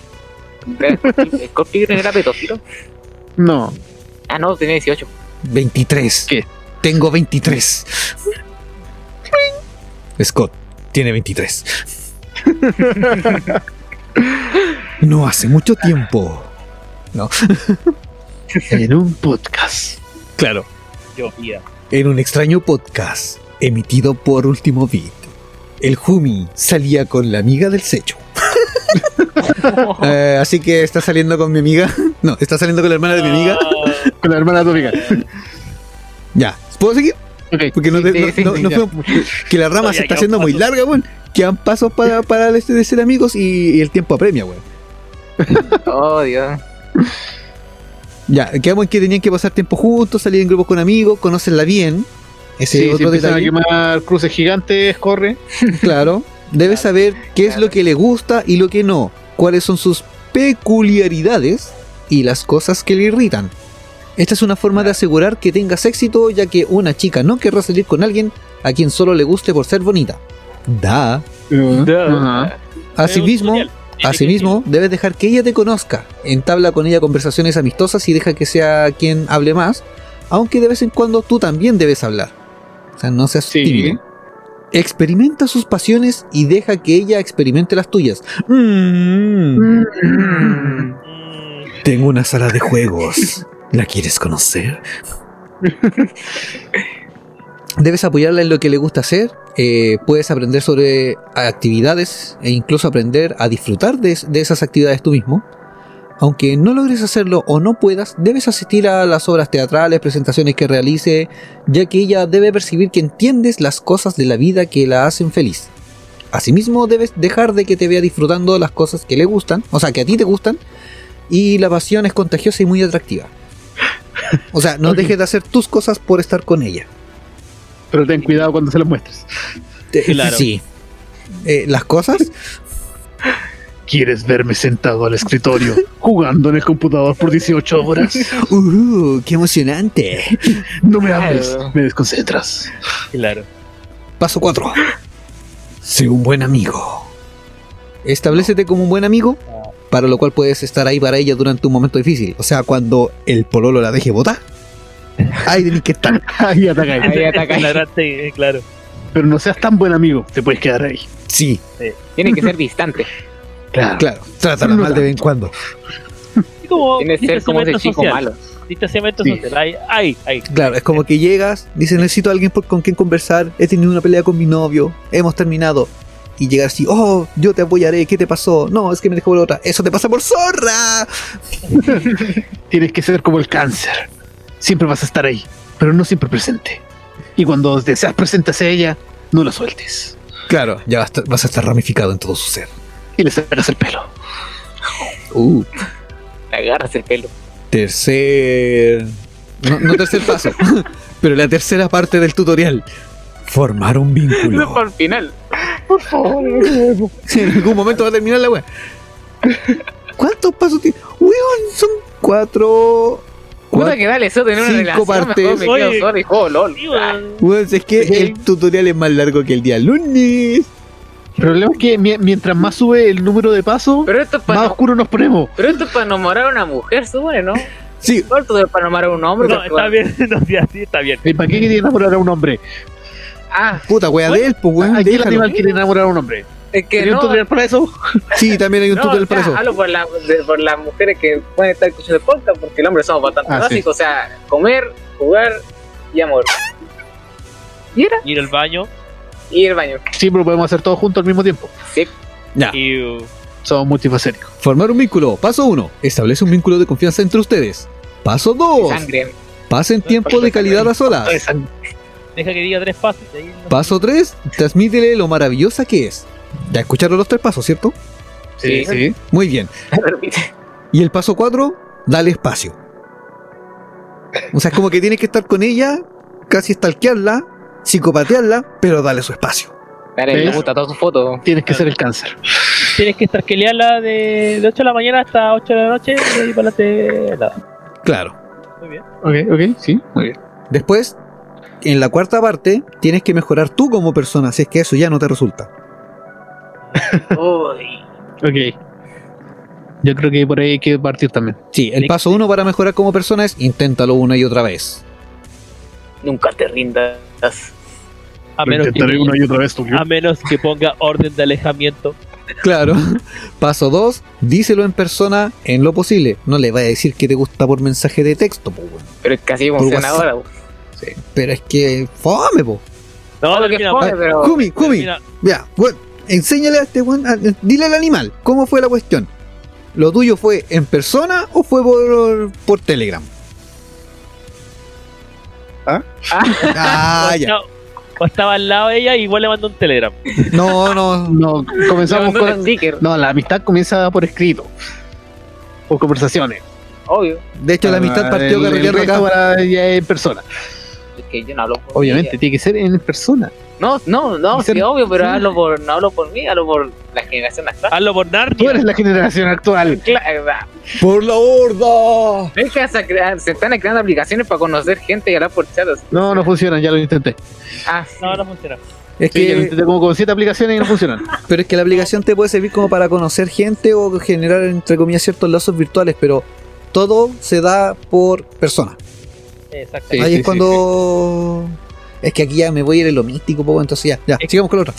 pero el Scott Pilgrim era pedófilo. No. Ah, no, tenía 18. 23. ¿Qué? Tengo 23. Scott tiene 23. no hace mucho tiempo. En un podcast. Claro. Yo, mira. En un extraño podcast emitido por Último Beat, el Jumi salía con la amiga del Secho. Eh, así que está saliendo con mi amiga. No, está saliendo con la hermana de mi amiga. Ah, Con la hermana tópica. Ya. ¿Puedo seguir? Ok. Porque no, Sí, te- no- sí, no- sí, no ya. fue- que la rama Oye, se está quedan haciendo muy pasos. larga, weón. Quedan pasos para, para el este de ser amigos y, y el tiempo apremia, weón. Oh, Dios. Ya, quedamos en que tenían que pasar tiempo juntos, salir en grupos con amigos, conocerla bien. Ese Sí, si otro empiezan a detalle. quemar cruces gigantes, corre. Claro. Debes Claro, saber qué es claro. lo que le gusta y lo que no. Cuáles son sus peculiaridades y las cosas que le irritan. Esta es una forma de asegurar que tengas éxito, ya que una chica no querrá salir con alguien a quien solo le guste por ser bonita. Da. Ajá. es un Asimismo, tutorial. Asimismo, debes dejar que ella te conozca, entabla con ella conversaciones amistosas y deja que sea quien hable más, aunque de vez en cuando tú también debes hablar. O sea, no seas Sí. tímido. Experimenta sus pasiones y deja que ella experimente las tuyas. Mm, Mm, tengo una sala de juegos. ¿La quieres conocer? Debes apoyarla en lo que le gusta hacer. eh, puedes aprender sobre actividades e incluso aprender a disfrutar de, es- de esas actividades tú mismo. Aunque no logres hacerlo o no puedas, debes asistir a las obras teatrales, presentaciones que realice, ya que ella debe percibir que entiendes las cosas de la vida que la hacen feliz. Asimismo, debes dejar de que te vea disfrutando las cosas que le gustan, o sea, que a ti te gustan, y la pasión es contagiosa y muy atractiva. O sea, no dejes de hacer tus cosas por estar con ella. Pero ten cuidado cuando se los muestres. Te- Claro. Sí. Eh, las cosas, ¿Quieres verme sentado al escritorio jugando en el computador por 18 horas? uh, qué emocionante. No me hables, Eh. Claro. me desconcentras. Claro. Paso 4. Sé un buen amigo. Establecete como un buen amigo, para lo cual puedes estar ahí para ella durante un momento difícil. O sea, cuando el pololo la deje botar, ahí tenés que estar. Ahí ataca él. Ahí Es- ataca. es flagrante, eh, claro. Pero no seas tan buen amigo, te puedes quedar ahí. Sí, Tiene que ser distante. Claro. claro. Trátala mal de vez en cuando. Y como Tiene que ser como ese distanciamiento chico social. malo. Distanciamiento Sí. social. Ahí, ahí, ahí. Claro, es como que llegas, dices, necesito a alguien por- con quien conversar, he tenido una pelea con mi novio, hemos terminado. Y llegas así, oh, yo te apoyaré, ¿qué te pasó? No, es que me dejó por otra. Eso te pasa por zorra. Tienes que ser como el cáncer. Siempre vas a estar ahí, pero no siempre presente. Y cuando deseas presente hacia ella, no la sueltes. Claro, ya vas a, vas a estar ramificado en todo su ser. Y le sacas el pelo. Uh, Le agarras el pelo. tercer... No, no tercer paso, pero la tercera parte del tutorial. Formar un No es vínculo. para el final. en algún momento va a terminar la wea. ¿Cuántos pasos tiene? Weón, son cuatro... Puta que dale eso tener una Cinco relación. partes. Mejor me quedo Oye. solo y juego LOL. Sí, Ah, bueno. Weón, es que el tutorial es más largo que el día lunes. El problema es que mi- mientras más sube el número de pasos, Pero esto es para más no- oscuro nos ponemos. pero esto es para enamorar a una mujer, supone, ¿no? Sí, Esto es para enamorar a un hombre. No, porque- está bien. No, sí, así está bien. ¿Y para qué quiere enamorar a un hombre? Ah, puta wea de él, pues weón. ¿A quién el déjalo. animal quiere enamorar a un hombre? Es que ¿Tenía no, un tutorial para eso? Sí, también hay un no, tutorial o sea, para eso. Hablo por, la- de- por las mujeres que pueden estar escuchando el podcast, porque los hombres somos bastante Ah, sí. básicos, o sea, comer, jugar y amor. Y era, Ir al baño y el baño. Sí, pero podemos hacer todo juntos al mismo tiempo. Ya. y. uh, Somos multifacéticos. Formar un vínculo. Paso 1. Establece un vínculo de confianza entre ustedes. Paso 2. Oh. Sangre. Pasen tiempo de calidad a Ah. solas. Ay, sangre. Deja que diga tres pasos. y ahí no- Paso 3. Transmítele lo maravillosa que es. Ya escucharon los tres pasos, ¿cierto? Sí, sí. Muy bien. Repite. Y el paso 4, dale espacio. O sea, es como que tienes que estar con ella, casi stalkearla, psicopatearla, pero dale su espacio. Dale, me ¿Ves? gusta todas sus fotos. Tienes que ser el cáncer. Tienes que estar de, de 8 de la mañana hasta 8 de la noche y de ahí para adelante. nada. Claro. Muy bien. Ok, ok, sí. Muy bien. Después, en la cuarta parte, tienes que mejorar tú como persona, si es que eso ya no te resulta. Uy. Ok. Yo creo que por ahí hay que partir también. Sí, el Next. paso 1 para mejorar como persona es inténtalo una y otra vez. Nunca te rindas. A menos, que, y otra vez, tú. a menos que ponga orden de alejamiento. Claro. Paso 2, díselo en persona en lo posible. No le vayas a decir que te gusta por mensaje de texto, po, weón. Pero es que así Por funciona WhatsApp. ahora. po. pero es que fome, po. No, Lo que termina, pone, pero. Kumi, Kumi. termina. Ya, bueno, enséñale a este weón, a- dile al animal, ¿cómo fue la cuestión? ¿Lo tuyo fue en persona o fue por, por Telegram? ¿Ah? Ah, ya. No, o estaba al lado de ella y igual le mandó un telegram. No, no. No, comenzamos Mandó un con. sticker, No, la amistad comienza por escrito. Por conversaciones. Ah, obvio. De hecho, la amistad partió carreteando acá. para ya en persona. Es que yo no hablo por Obviamente, tiene que ser en persona. mí. No, no, no, Y ser- sí, obvio, pero sí. hablo por, no hablo por mí, hablo por la generación actual. Hazlo por Tú Narnia. eres la generación actual. Claro, va. ¡Por la horda! Es que hasta crean- se están creando aplicaciones para conocer gente y hablar por chat. así. No, no funcionan, ya lo intenté. Ah, No, no funciona. Es Sí, ya lo que, intenté como con siete aplicaciones y no funcionan. pero es que la aplicación te puede servir como para conocer gente o generar, entre comillas, ciertos lazos virtuales, pero todo se da por persona. Exacto. Sí, Ahí sí, es sí, cuando... Es que aquí ya me voy a ir en lo místico, po, entonces ya, ya, sigamos con la otra.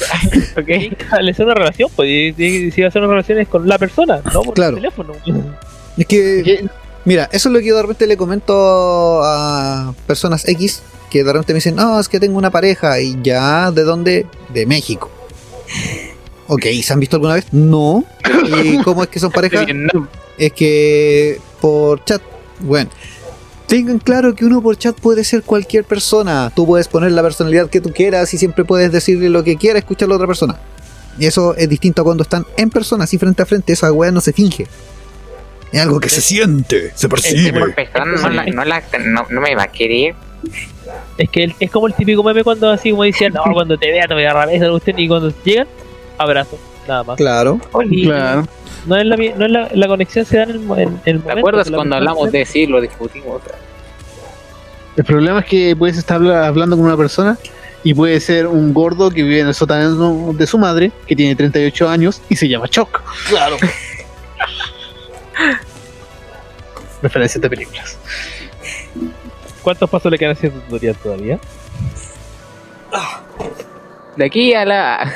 ok. Establecer una relación, pues. y- y- Si va a hacer una relación es con la persona, no por Claro. el teléfono. Es que... ¿Qué? Mira, eso es lo que yo de repente le comento a personas X que de repente me dicen, no, es que tengo una pareja y ya, ¿de dónde? De México. Ok, ¿se han visto alguna vez? No. ¿Y cómo es que son pareja? Vietnam. Es que por chat, bueno. Tengan claro que uno por chat puede ser cualquier persona. Tú puedes poner la personalidad que tú quieras y siempre puedes decirle lo que quiera, escuchar a la otra persona. Y eso es distinto a cuando están en persona, así frente a frente. Esa weá no se finge. Es algo que se siente, se Es por pejón, no, la- no, la- no, no me va a querer. Es que el- es como el típico meme cuando así como dicen, no, cuando te vea te voy a agarrar esa cuestión", y cuando llegan, abrazo, nada más. Claro. Oli. Claro. No es la, mi- no es la, la conexión se da en el, mo- en- en el momento. ¿Te acuerdas la cuando persona hablamos se- de sí, lo discutimos? El problema es que puedes estar habla- hablando con una persona y puede ser un gordo que vive en el sótano de su madre, que tiene 38 años y se llama Choc. Claro. Referencias de películas. ¿Cuántos pasos le quedan haciendo tutorial todavía? De aquí a la.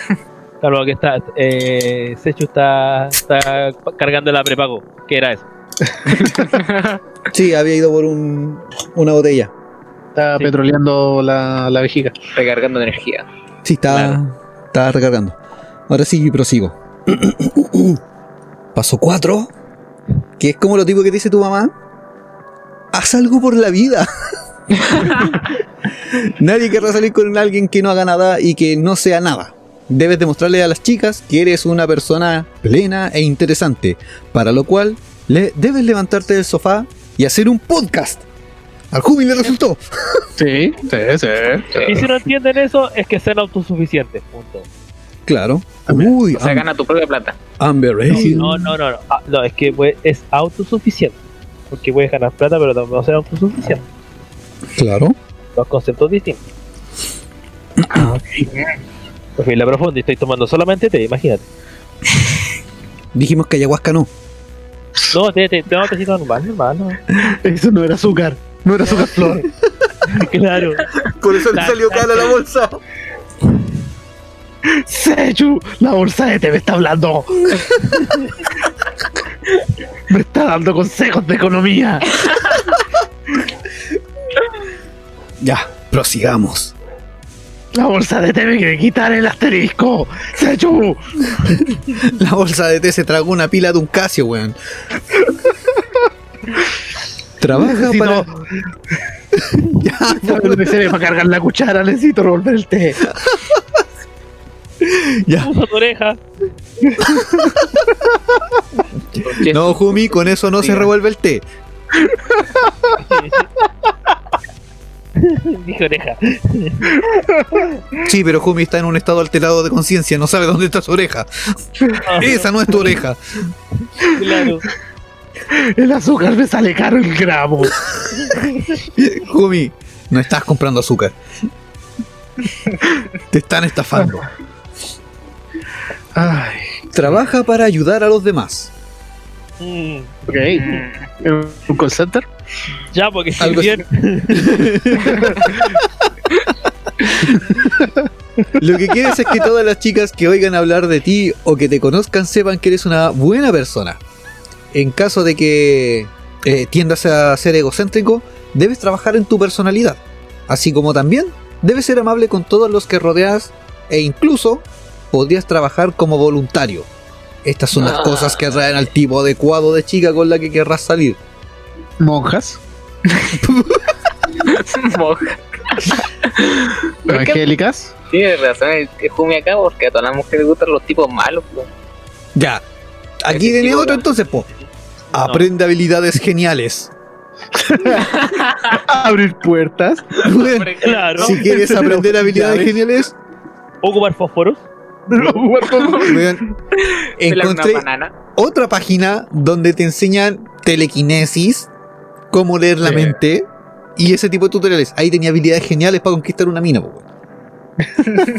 Claro, que está. Eh, Sechu está, está cargando la prepago. ¿Qué era eso? Sí, había ido por un, una botella. Está Sí. petroleando la, la vejiga. Recargando energía. Sí, estaba, estaba recargando. Ahora sí, prosigo. Paso 4, que es como lo tipo que te dice tu mamá. Haz algo por la vida. Nadie querrá salir con alguien que no haga nada y que no sea nada. Debes demostrarle a las chicas que eres una persona plena e interesante, para lo cual le- debes levantarte del sofá y hacer un podcast. Al Jumi le resultó. Sí, sí, sí. Y si no entienden eso, es que sean autosuficientes. Punto. Claro. Uy, O sea, gana tu propia plata. Amber No, Ale. no, no, no. No, Ah, no, es que pues, es autosuficiente. Porque puedes ganar plata, pero no, no ser autosuficiente. Claro. Dos conceptos distintos. Por fin, la profunda, y estoy tomando solamente té, imagínate. Dijimos que ayahuasca no. No, té, té, no, tecito normal, normal. no. Eso no era azúcar. No era azúcar flor. Claro. Por eso le salió cara a la bolsa. Sechu, la bolsa de té me está hablando. me está dando consejos de economía. Ya, prosigamos. La bolsa de té me quiere quitar el asterisco. Sechu, La bolsa de té se tragó una pila de un casio, weón. Trabaja necesito, para. Ya, necesito que se me va a cargar la cuchara, necesito revolver el té. ya. Usa tu oreja. No, Jumi, con eso no se revuelve el té. Dije oreja. Sí, pero Jumi está en un estado alterado de conciencia, no sabe dónde está su oreja. Esa no es tu oreja. Claro. El azúcar me sale caro el gramo. Jumi, no estás comprando azúcar. Te están estafando. Ay, Trabaja para ayudar a los demás. Mm, ok. ¿Un call center? ya, porque estoy Algo así. bien. Lo que quieres es que todas las chicas que oigan hablar de ti o que te conozcan sepan que eres una buena persona. En caso de que eh, tiendas a ser egocéntrico, debes trabajar en tu personalidad. Así como también debes ser amable con todos los que rodeas e incluso podrías trabajar como voluntario. Estas son las cosas que atraen al tipo adecuado de chica con la que querrás salir. ¿Monjas? Moja. ¿Evangélicas? Tienes razón, el el Jumi acá, porque a todas las mujeres les gustan los tipos malos. po. Ya. Aquí Ese viene tipo otro de- entonces, po. Aprende habilidades geniales. ¿Abrir puertas? Claro. Si quieres aprender habilidades Llaves. geniales, Ocupar fósforos. Weón, Pelar encontré una banana. otra página donde te enseñan telequinesis, cómo leer la Sí. mente y ese tipo de tutoriales. Ahí tenía habilidades geniales para conquistar una mina. po, weón.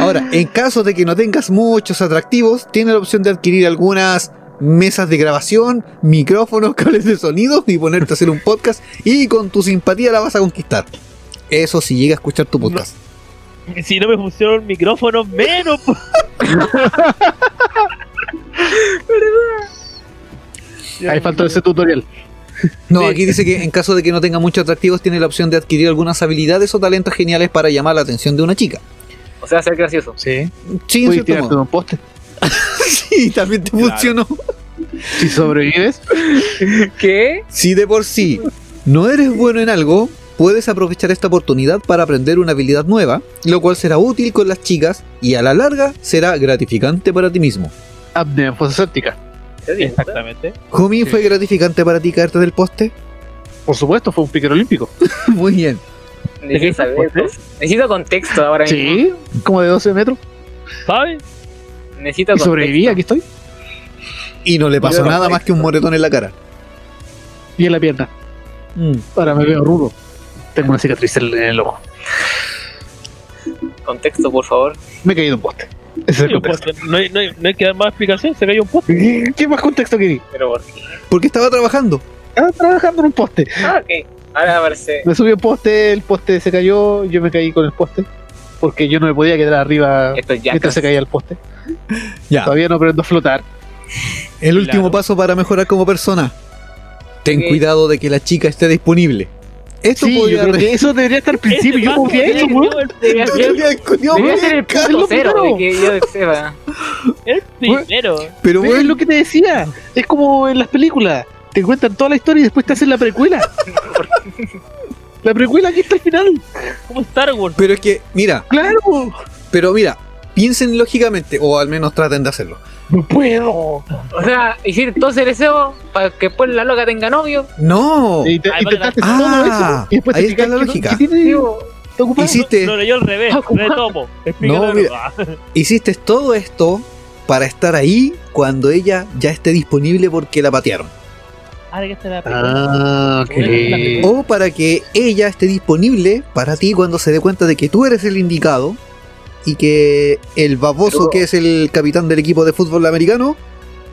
Ahora, en caso de que no tengas muchos atractivos, tienes la opción de adquirir algunas mesas de grabación, micrófonos, cables de sonido y ponerte a hacer un podcast y con tu simpatía la vas a conquistar. Eso si llega a escuchar tu podcast. Si no me funciona el micrófono, menos. pues. po. Ahí faltó ese tutorial. No, Sí. aquí dice que en caso de que no tenga muchos atractivos, tiene la opción de adquirir algunas habilidades o talentos geniales para llamar la atención de una chica. O sea, ser gracioso. Sí. Sí, en Puedes cierto tirarte de modo. un poste. Sí, también te funcionó. Si sobrevives, ¿Qué? Si de por sí no eres bueno en algo, puedes aprovechar esta oportunidad para aprender una habilidad nueva, lo cual será útil con las chicas y a la larga será gratificante para ti mismo. apnea en fosa séptica. ¿Te digo? Exactamente. Homie, Sí. ¿fue gratificante para ti caerte del poste? Por supuesto, fue un piquero olímpico. Muy bien. Necesito, ¿De qué saber, estás, necesito contexto ahora mismo. Sí, como de 12 metros. ¿Sabes? Y Necesito contexto. sobreviví, aquí estoy. Y no le pasó Yo no- nada más que un moretón en la cara. Y en la pierna. Mm. Ahora me veo rudo. Tengo una cicatriz en en el ojo. Contexto, por favor. Me he caído en poste. Ese es el Oye, un contexto. poste. No hay, no, hay, no hay que dar más explicación. Se cayó un poste. ¿Qué más contexto que di? Pero por qué. Porque estaba trabajando. Estaba trabajando en un poste. Ah, ok. Ahora aparece. Me subí a un poste, el poste se cayó, yo me caí con el poste. Porque yo no me podía quedar arriba Esto ya. mientras se caía el poste. Ya. Todavía no aprendo a flotar. El último Claro. paso para mejorar como persona. Ten Ok. cuidado de que la chica esté disponible. Esto Sí, yo podría creo que eso debería estar al principio. Este Yo paso confié en eso, debería weón. ser Debería ser, Podría- Dios mío, debería ser el cara. punto cero primero. de que yo sepa. El primero. Pero Pero es bueno, lo que te decía. Es como en las películas. Te cuentan toda la historia y después te hacen la precuela. la precuela aquí está al final. Como Star Wars. pero es que, mira, Claro. pero mira, piensen lógicamente, o al menos traten de hacerlo. No puedo. O sea, hiciste todo ese deseo para que después la loca tenga novio. No, Y te- Ay, intentaste Ah, vale, todo vale. eso. Y después Ah, Ahí está te fijas la que no- lógica. que tiene- Digo, está ocupado. hiciste, Lo leyó al revés. Retomo. Explícalo. No, mira. Ah, hiciste todo esto para estar ahí cuando ella ya esté disponible porque la patearon. ahora que está la película. Ah, ok. O para que ella esté disponible para ti cuando se dé cuenta de que tú eres el indicado y que el baboso Pero- que es el capitán del equipo de fútbol americano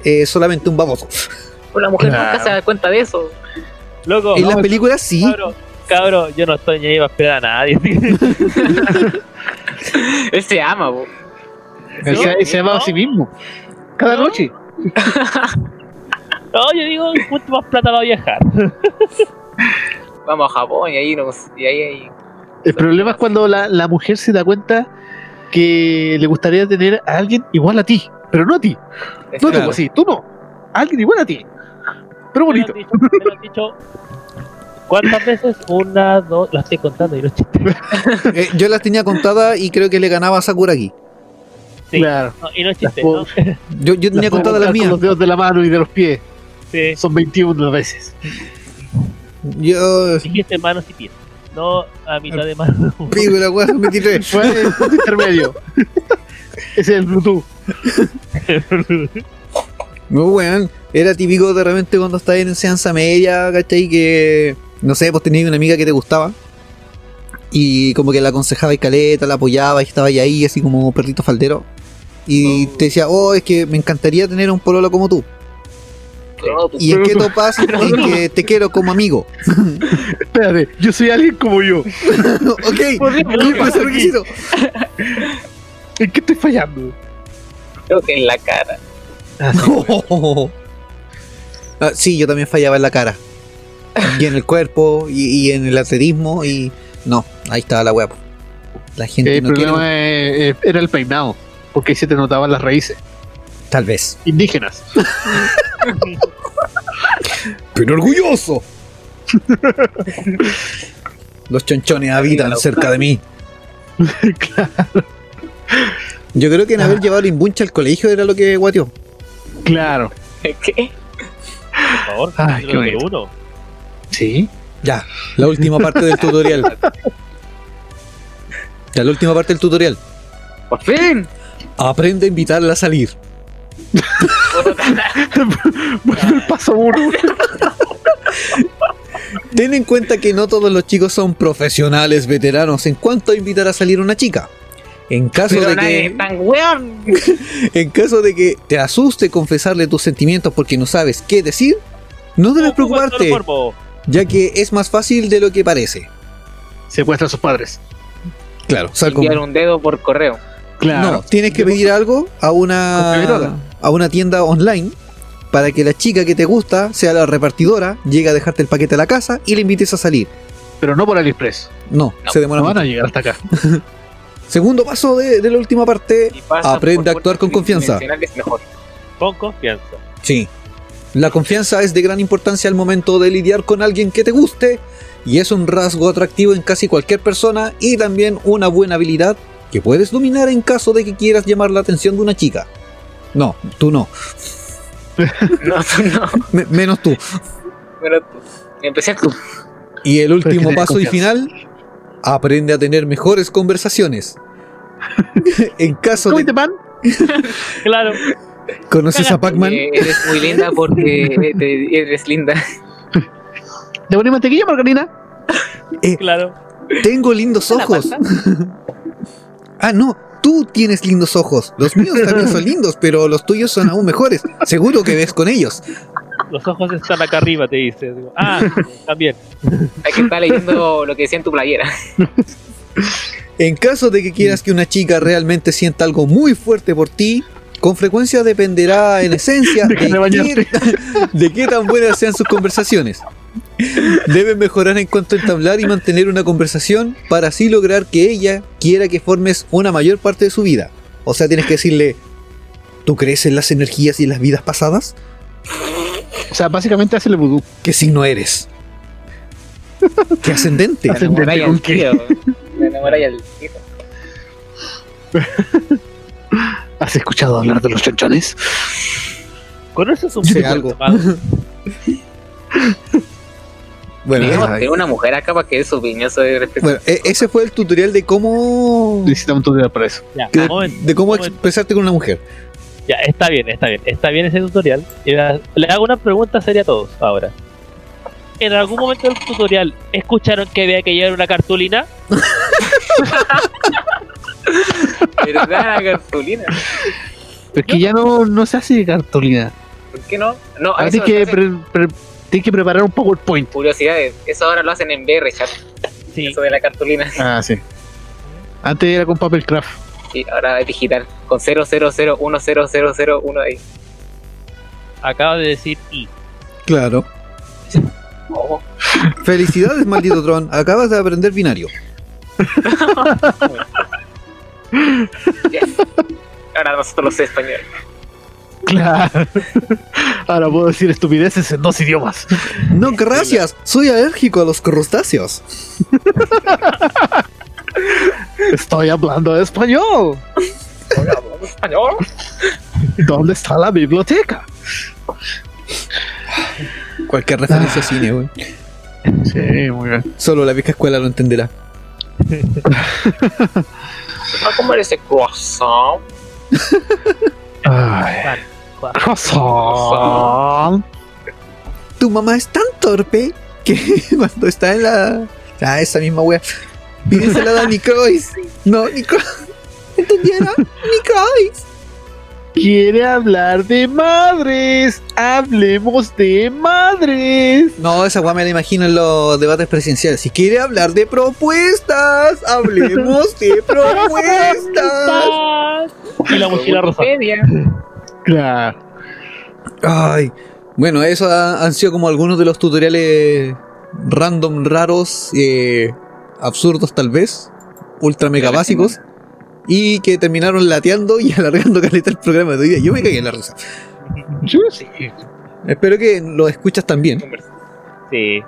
es solamente un baboso. pues la mujer Claro. nunca se da cuenta de eso. Loco. en las no, películas sí, Cabro, cabro, yo no estoy ni ahí para esperar a nadie. Él se ama, po. Él se, él se ama a sí mismo. Cada No. noche. No, yo digo, ¿cuánto más plata va a viajar? Vamos a Japón y ahí nos. Y ahí, ahí. El problema es cuando la, la mujer se da cuenta que le gustaría tener a alguien igual a ti, pero no a ti. No Claro. tú, pues sí, tú no. A alguien igual a ti. Pero Me lo bonito. han dicho, me lo han dicho. ¿Cuántas veces? Una, dos, las estoy contando y los chistes. Eh, yo las tenía contadas y creo que le ganaba a Sakura aquí. Sí. Claro. No, y no es Las chiste, puedo- ¿no? Yo, yo tenía Las puedo contadas las contar con mías. los dedos de la mano y de los pies. Sí, Son 21 veces. Yo. dijiste manos y pies. No a mitad de mano. Pico la weá, 23. Fue el punto intermedio. Ese es el Bluetooth. No, weón. Era típico de repente cuando estás en enseñanza media, ¿cachai? Que, no sé, pues tenías una amiga que te gustaba. Y como que la aconsejaba y caleta, la apoyaba y estaba ahí, ahí así como perrito faldero. Y Oh. te decía, oh, es que me encantaría tener un pololo como tú. No, pues, tú- Y en qué topas en que te quiero como amigo. Espérate, yo soy alguien como yo. ok, cumple ese requisito. ¿En qué estoy fallando? creo que en la cara. Ah, sí, yo también fallaba en la cara. Y en el cuerpo, y, y en el atletismo, y. No, ahí estaba la web. La gente el no quiere. problema eh, era el peinado. Porque se te notaban las raíces Tal vez. indígenas. ¡Pero orgulloso! Los chonchones habitan cerca de mí. Claro, Ah. Yo creo que en haber llevado limbuncha al colegio era lo que guateó. claro. ¿Qué? Por favor, Ay, capítulo qué número uno. Sí. Ya, la última parte del tutorial. Ya, la última parte del tutorial. ¡Por fin! Aprende a invitarla a salir. Pues, Vuelve el paso uno. Ten en cuenta que no todos los chicos son profesionales veteranos en cuanto a invitar a salir a una chica. En caso, Pero de nadie que, es tan weón. en caso de que te asuste confesarle tus sentimientos porque no sabes qué decir, no debes preocuparte, Cuerpo. ya que es más fácil de lo que parece. Secuestra a sus padres. Claro, sal con- Enviar un dedo por correo. No, tienes que pedir algo a Con una, primera. a una tienda online para que la chica que te gusta sea la repartidora, llegue a dejarte el paquete a la casa y le invites a salir. Pero no por AliExpress. No, No, se demora no van mucho. a llegar hasta acá. Segundo paso de- de la última parte, Y pasa Aprende a por actuar con puertas confianza. tridimensionales mejor. Con confianza. Sí. La confianza es de gran importancia al momento de lidiar con alguien que te guste y es un rasgo atractivo en casi cualquier persona y también una buena habilidad que puedes dominar en caso de que quieras llamar la atención de una chica. No, tú no. No, pues, no, Me- menos tú. pero pues, tú. Empecé a tu Y el Pero es último que tenés paso y confianza. final, aprende a tener mejores conversaciones. en caso de ¿Comiste pan? Claro. conoces a Pac-Man, Eh, eres muy linda porque te- eres linda. ¿Te pones mantequilla, Margarina? Claro. tengo lindos ojos. Ah, no, tú tienes lindos ojos. Los míos también son lindos, pero los tuyos son aún mejores. Seguro que ves con ellos. Los ojos están acá arriba, te dice. Digo, Ah, también. Hay que estar leyendo lo que decía en tu playera. En caso de que quieras que una chica realmente sienta algo muy fuerte por ti, con frecuencia dependerá en esencia de, Deja de bañarte. qué, de qué tan buenas sean sus conversaciones. Debes mejorar en cuanto a entablar y mantener una conversación para así lograr que ella quiera que formes una mayor parte de su vida. O sea, tienes que decirle, ¿tú crees en las energías y en las vidas pasadas? O sea, básicamente hace el vudú. ¿Qué signo eres? ¿Qué ascendente? Ascendente, ¿con qué? Me enamoré al tío. ¿Has escuchado hablar de los chonchones? Con eso es un Sí, poco algo. tomado. Bueno, Tenemos eh, que tener una mujer acá para que es opinioso de respecto. bueno, e- ese fue el tutorial de cómo Necesita un tutorial para eso. Ya, de, un momento, de cómo un momento. expresarte con una mujer. Ya, está bien, está bien. Está bien ese tutorial. Y la- Le hago una pregunta seria a todos ahora. ¿En algún momento del tutorial escucharon que había que llevar una cartulina? ¿Verdad, cartulina? Pero es que ya no, no se hace cartolina. ¿Por qué no? No, a Así eso que hacen pre- pre- tienes que preparar un PowerPoint. curiosidades. Eso ahora lo hacen en BR, chat. Sí. Eso de la cartulina. Ah, sí. Antes era con papel craft. Y ahora es digital. Con 000100001 ahí. Acaba de decir y. Claro. Oh, Felicidades, maldito Tron. Acabas de aprender binario. yes. Ahora nosotros los españoles. Claro. Ahora puedo decir estupideces en dos idiomas. No, gracias. Soy alérgico a los crustáceos. Estoy hablando español. Ahora hablamos español. ¿Dónde está la biblioteca? Cualquier referencia a cine, güey. Sí, muy bien. Solo la vieja escuela lo entenderá. ¿Va a comer ese croissant? Ay. Juan. Croissant. Tu mamá es tan torpe que cuando está en la. Ah, esa misma wea. Pídensela a Nicrois. No, Nicrois. ¿Entendieron? Nicrois. Quiere hablar de madres. Hablemos de madres. No, esa wea me la imagino en los debates presidenciales. Si quiere hablar de propuestas, hablemos de propuestas. Y la mochila rosa. Wikipedia. Claro. Ay, bueno, eso ha- han sido como algunos de los tutoriales random, raros, eh, absurdos tal vez, ultra mega De la básicos, y que terminaron lateando y alargando caleta el programa de hoy día. Yo me cagué en la risa. Yo sí. Espero que lo escuchas también. Convers- Sí,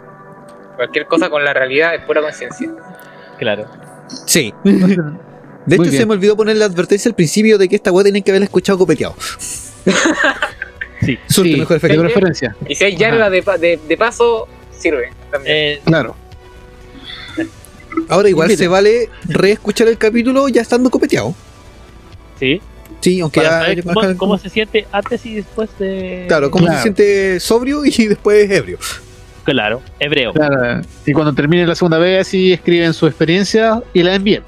Cualquier cosa con la realidad es pura conciencia. claro. Sí. De hecho, Muy bien. se me olvidó poner la advertencia al principio de que esta weá tienen que haberla escuchado copeteado. Sí. Surte mejor efecto. tengo referencia. Y si hay yarda de, pa- de, de paso, sirve también. Eh, Claro. Ahora igual Mire. se vale reescuchar el capítulo ya estando copeteado. sí. Sí, aunque Para ya- saber cómo, marcar- cómo se siente antes y después de. Claro, cómo Claro. se siente sobrio y después ebrio. Claro, hebreo. Claro. Y cuando termine la segunda vez, sí escriben su experiencia y la envíen.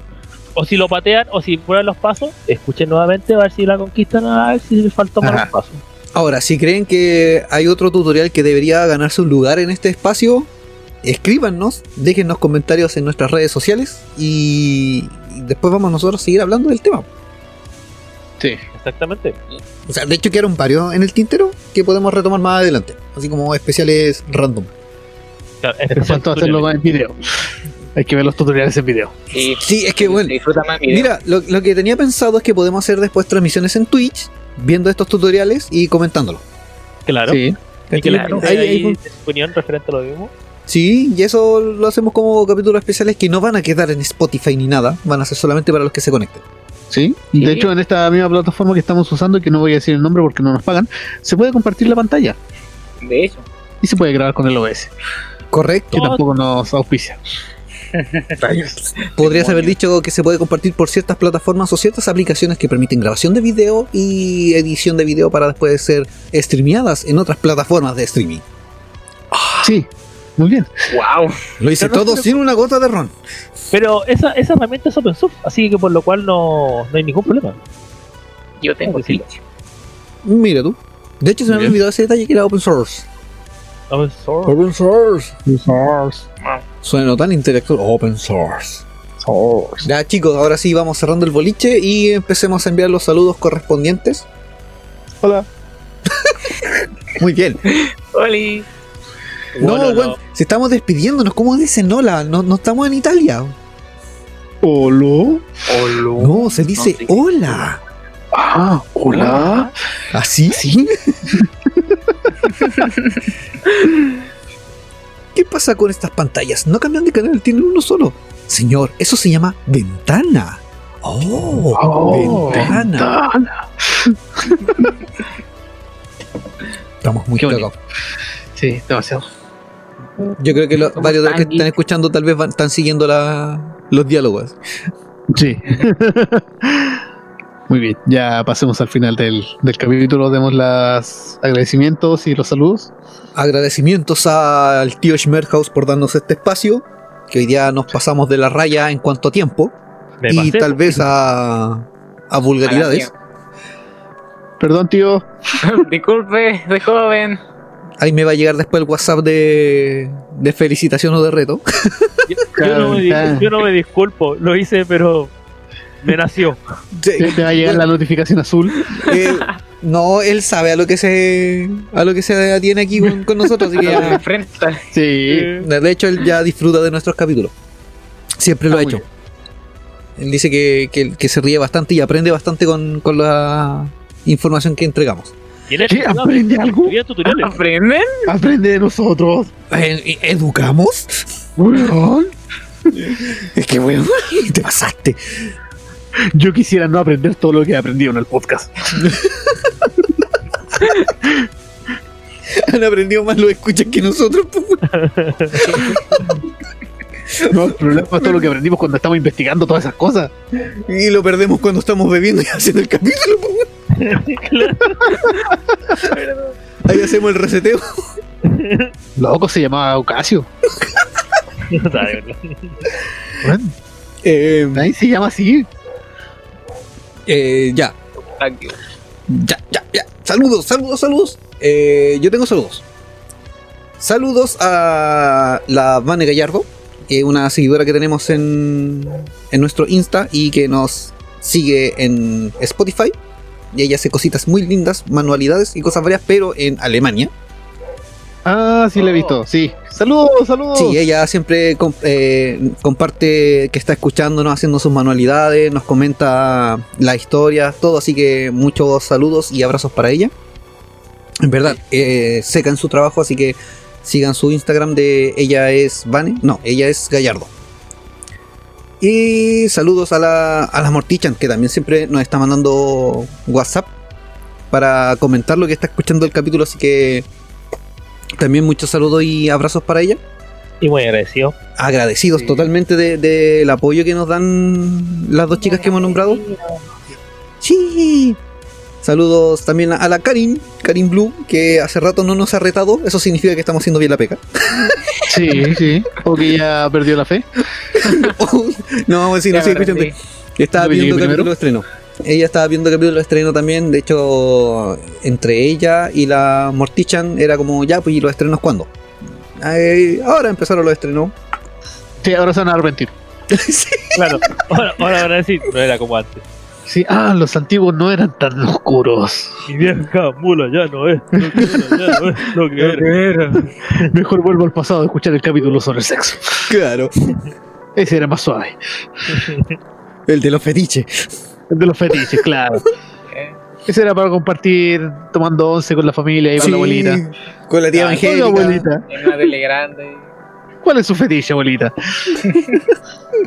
O si lo patean o si prueban los pasos, escuchen nuevamente a ver si la conquistan, a ver si les faltó más Ajá. los pasos. Ahora, si creen que hay otro tutorial que debería ganarse un lugar en este espacio, escríbanos, déjennos comentarios en nuestras redes sociales y y después vamos nosotros a seguir hablando del tema. Sí. Exactamente. O sea, de hecho quedaron varios en el tintero que podemos retomar más adelante, así como especiales random. Claro, Pero especial falta hacerlo tutorial. más en video. Hay que ver los tutoriales en video. Y Sí, es que bueno, disfruta más video. mira, lo, lo que tenía pensado es que podemos hacer después transmisiones en Twitch, viendo estos tutoriales y comentándolo. Claro. Sí. Y que la Ahí- gente ahí- ahí dé su opinión referente a lo mismo. Sí, y eso lo hacemos como capítulos especiales que no van a quedar en Spotify ni nada, van a ser solamente para los que se conecten. Sí. Sí. De hecho, en esta misma plataforma que estamos usando, que no voy a decir el nombre porque no nos pagan, se puede compartir la pantalla De hecho, y se puede grabar con el OBS, Correcto. que No. tampoco nos auspicia. Podrías haber dicho que se puede compartir por ciertas plataformas o ciertas aplicaciones que permiten grabación de video y edición de video para después ser streameadas en otras plataformas de streaming. Sí. Muy bien. wow. Lo hice Pero no todo se- sin una gota de ron. Pero esa, esa herramienta es open source, así que por lo cual no, no hay ningún problema. Yo tengo Sí. Twitch. Mira tú. De hecho, se me había Bien. olvidado ese detalle que era open source. Open source. Open source. Suena tan intelectual. Open source. Ya chicos, ahora sí vamos cerrando el boliche y empecemos a enviar los saludos correspondientes. Hola. Muy bien. Oli. No, bueno, si estamos despidiéndonos, ¿cómo dicen hola? No, no estamos en Italia. Hola. No, se dice sí. hola. Ah, hola. ¿Así? Sí. ¿Qué pasa con estas pantallas? No cambian de canal, tienen uno solo. Señor, eso se llama ventana. Oh, Oh, ventana. ventana. Estamos muy Qué bonito. cagados. Sí, demasiado. Yo creo que los- Somos varios de los que tan están geek. escuchando tal vez van- están siguiendo la- los diálogos. Sí. Muy bien, ya pasemos al final del, del capítulo. Demos los agradecimientos y los saludos. Agradecimientos al tío Schmerhaus por darnos este espacio, que hoy día nos pasamos de la raya en cuanto a tiempo. Me y pasé. tal vez a, a vulgaridades. Perdón, tío. Disculpe, de joven. Ahí me va a llegar después el WhatsApp de, de felicitación o de reto. Yo no, me, di- yo no me disculpo, lo hice, pero me nació. Te te va a llegar la notificación azul. Eh, no, él sabe a lo que se a lo que se atiene aquí con, con nosotros, así que Lo que me ya- enfrenta. Sí. de hecho él ya disfruta de nuestros capítulos. Siempre lo Ah, ha muy hecho. Él dice que, que- que se ríe bastante y aprende bastante con, con la información que entregamos. ¿Tienes ¿Qué? ¿Aprende algo? Tutoriales, tutoriales. ¿Aprenden? Aprende de nosotros. Eh, ¿Educamos? Weón. Es que weón, te pasaste. Yo quisiera no aprender todo lo que he aprendido en el podcast. Han aprendido más los escuchas que nosotros. pues, weón. No, el problema es todo lo que aprendimos cuando estamos investigando todas esas cosas. Y lo perdemos cuando estamos bebiendo y haciendo el capítulo. pues, weón. Ahí hacemos el reseteo. Loco se llamaba Ocasio. Ah. No sabe, ¿verdad? Weón, Eh, Nadie se llama así. eh, ya, Aquí. Ya, ya, ya. Saludos, saludos, saludos. Eh, yo tengo saludos. Saludos a la Vane Gallardo, que es una seguidora que tenemos en, en nuestro Insta y que nos sigue en Spotify. Y ella hace cositas muy lindas, manualidades y cosas varias, pero en Alemania. Ah, sí, lo he visto. Sí. Saludos, saludos. Sí, eh. ella siempre com- eh, comparte que está escuchándonos, haciendo sus manualidades, nos comenta las historias, todo. Así que muchos saludos y abrazos para ella. En verdad, eh, seca en su trabajo, así que sigan su Instagram de ella es Vane, no, ella es Gallardo. Y saludos a la, a la Mortichan, que también siempre nos está mandando WhatsApp para comentar lo que está escuchando el capítulo, así que también muchos saludos y abrazos para ella Y muy agradecido. agradecidos Sí. totalmente del de, del apoyo que nos dan las dos chicas que hemos nombrado. Sí. Saludos también a la Karin, Karin Blue, que hace rato no nos ha retado. Eso significa que estamos haciendo bien la peca. Sí, sí. O que ya perdió la fe. no, vamos a decir, Ya no sí, me escúchate. rendí. Estaba ¿No me viendo llegué capítulo de estreno. Ella estaba viendo capítulo de estreno también. De hecho, entre ella y la Mortichan era como, ya, pues, ¿y los estrenos cuándo? Ay, ahora empezaron los estrenos. Sí, ahora se van a arrepentir. Sí. Claro, ahora, ahora van a decir, no era como antes. Sí, ah, los antiguos no eran tan oscuros. Mi vieja mula ya no es, lo que era, ya no es lo que era. Mejor vuelvo al pasado a escuchar el capítulo sobre el sexo. Claro, Ese era más suave. el de los fetiches. El de los fetiches, claro. Eh, Ese era para compartir tomando once con la familia y con la Sí, abuelita. Con la tía Ah, Con la evangélica. abuelita. En una tele grande. ¿Cuál es su fetiche, abuelita?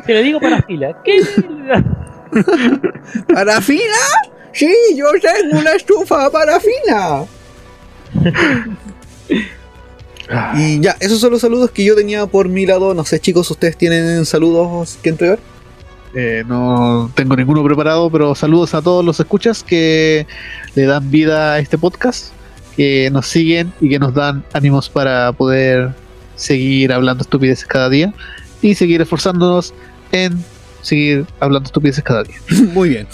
Te lo digo para fila. ¿Qué? ¿Parafina? Sí, yo tengo una estufa parafina. Y ya, esos son los saludos que yo tenía por mi lado. No sé, chicos, ¿ustedes tienen saludos que entregar? Eh, no tengo ninguno preparado, pero saludos a todos los escuchas que le dan vida a este podcast, que nos siguen y que nos dan ánimos para poder seguir hablando estupideces cada día y seguir esforzándonos en seguir hablando estupideces cada día. Muy bien.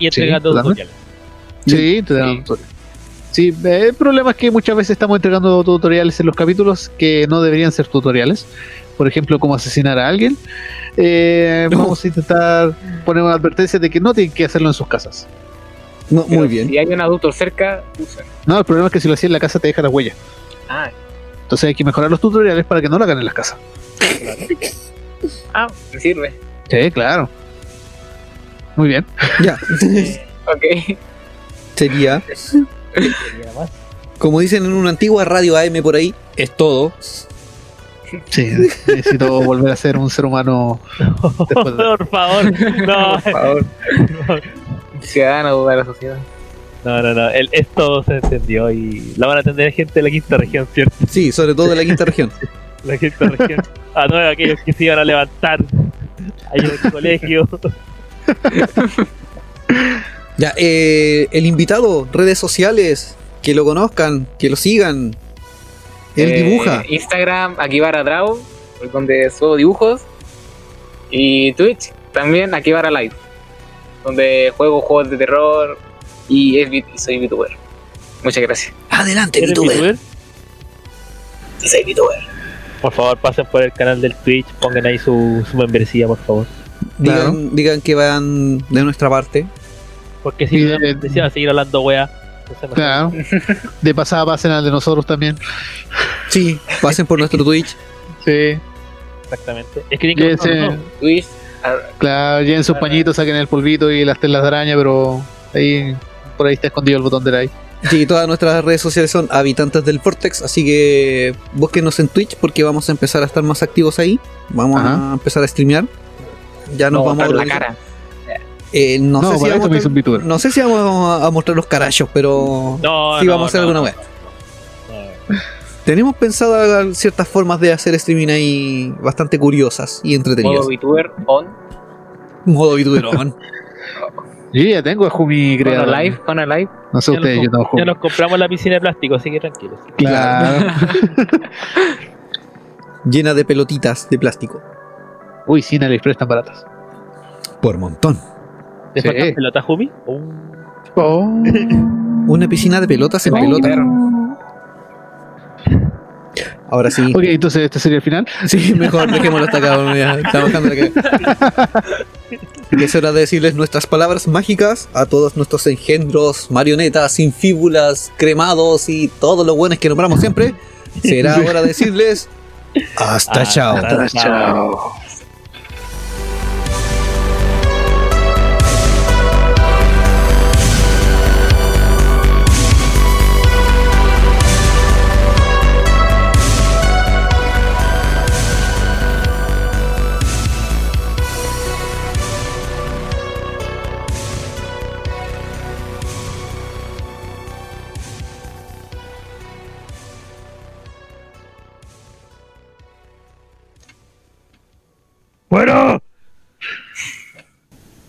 Y entregando Sí, dame. tutoriales. Sí, te dan tutorial. Sí, eh, el problema es que muchas veces estamos entregando tutoriales en los capítulos que no deberían ser tutoriales. Por ejemplo, cómo asesinar a alguien. Eh, Vamos a intentar poner una advertencia de que no tienen que hacerlo en sus casas. No, Pero muy bien. Si hay un adulto cerca, usen. No, el problema es que si lo hacías en la casa te deja la huella. Ah, Entonces hay que mejorar los tutoriales para que no la hagan en las casas. ah, me sirve. Sí, claro. Muy bien. Ya. Ok. Sería, Mira más. como dicen en una antigua radio AM por ahí, es todo. Sí, necesito volver a ser un ser humano después de... Por favor, no, Por favor. Ciudadano de la sociedad. no, no, no. El, esto se encendió y la van a atender gente de la quinta región, ¿cierto? Sí, sobre todo de la quinta región. La quinta región. A todos aquellos que se iban a levantar ahí en el colegio. Este Ya, eh, el invitado, redes sociales, que lo conozcan, que lo sigan. Él Eh, dibuja. Instagram, Akibara Draw, donde subo dibujos. Y Twitch, también Akibara Live, donde juego juegos de terror y es vi- y soy VTuber. Muchas gracias. Adelante, ¿Eres VTuber. VTuber? Y Este soy VTuber. Por favor, pasen por el canal del Twitch, pongan ahí su, su membresía, por favor. Digan, Claro. digan que van de nuestra parte. Porque si Sí, no, eh, decía seguir hablando wea. entonces mejor- Claro. De pasada pasen al de nosotros también. Sí, pasen por nuestro Twitch. Sí. Exactamente. Es que tienen que Llévense, pasar los dos. Twitch, claro, lleguen sus Claro. pañitos, saquen el polvito y las telas de araña, pero ahí por ahí está escondido el botón de like. Y todas nuestras redes sociales son habitantes del Vortex, así que búsquenos en Twitch porque vamos a empezar a estar más activos ahí. Vamos Ajá. a empezar a streamear. Ya nos no, vamos a botar la organizar. cara. Eh, no, No, sé si para vamos esto a me hice mostrar, un VTuber. no sé si vamos a- a mostrar los carachos, pero No, sí no, vamos a hacer no, alguna no, wea. no, no. Tenemos pensado ciertas formas de hacer streaming ahí bastante curiosas y entretenidas. Modo VTuber on. Modo VTuberón. Yo ya tengo a Jumi Con creado. live, con live. No sé Ya nos ustedes, yo com- tengo Ya Jumi. nos compramos la piscina de plástico, así que tranquilos. Claro. llena de pelotitas de plástico. Uy, sí, les prestan baratas. Por montón. ¿Te Sí. faltan pelotas, Jumi? Uh, Una piscina de pelotas en Ay, pelota. claro. Ahora sí. Ok, entonces este sería el final. Sí, mejor dejémoslo hasta acá. bueno, ya, está bajando la cagada. Y Es hora de decirles nuestras palabras mágicas a todos nuestros engendros, marionetas, infíbulas, cremados y todos los buenos que nombramos siempre. Será hora de decirles hasta Ah, chao. hasta chao.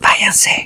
Váyanse.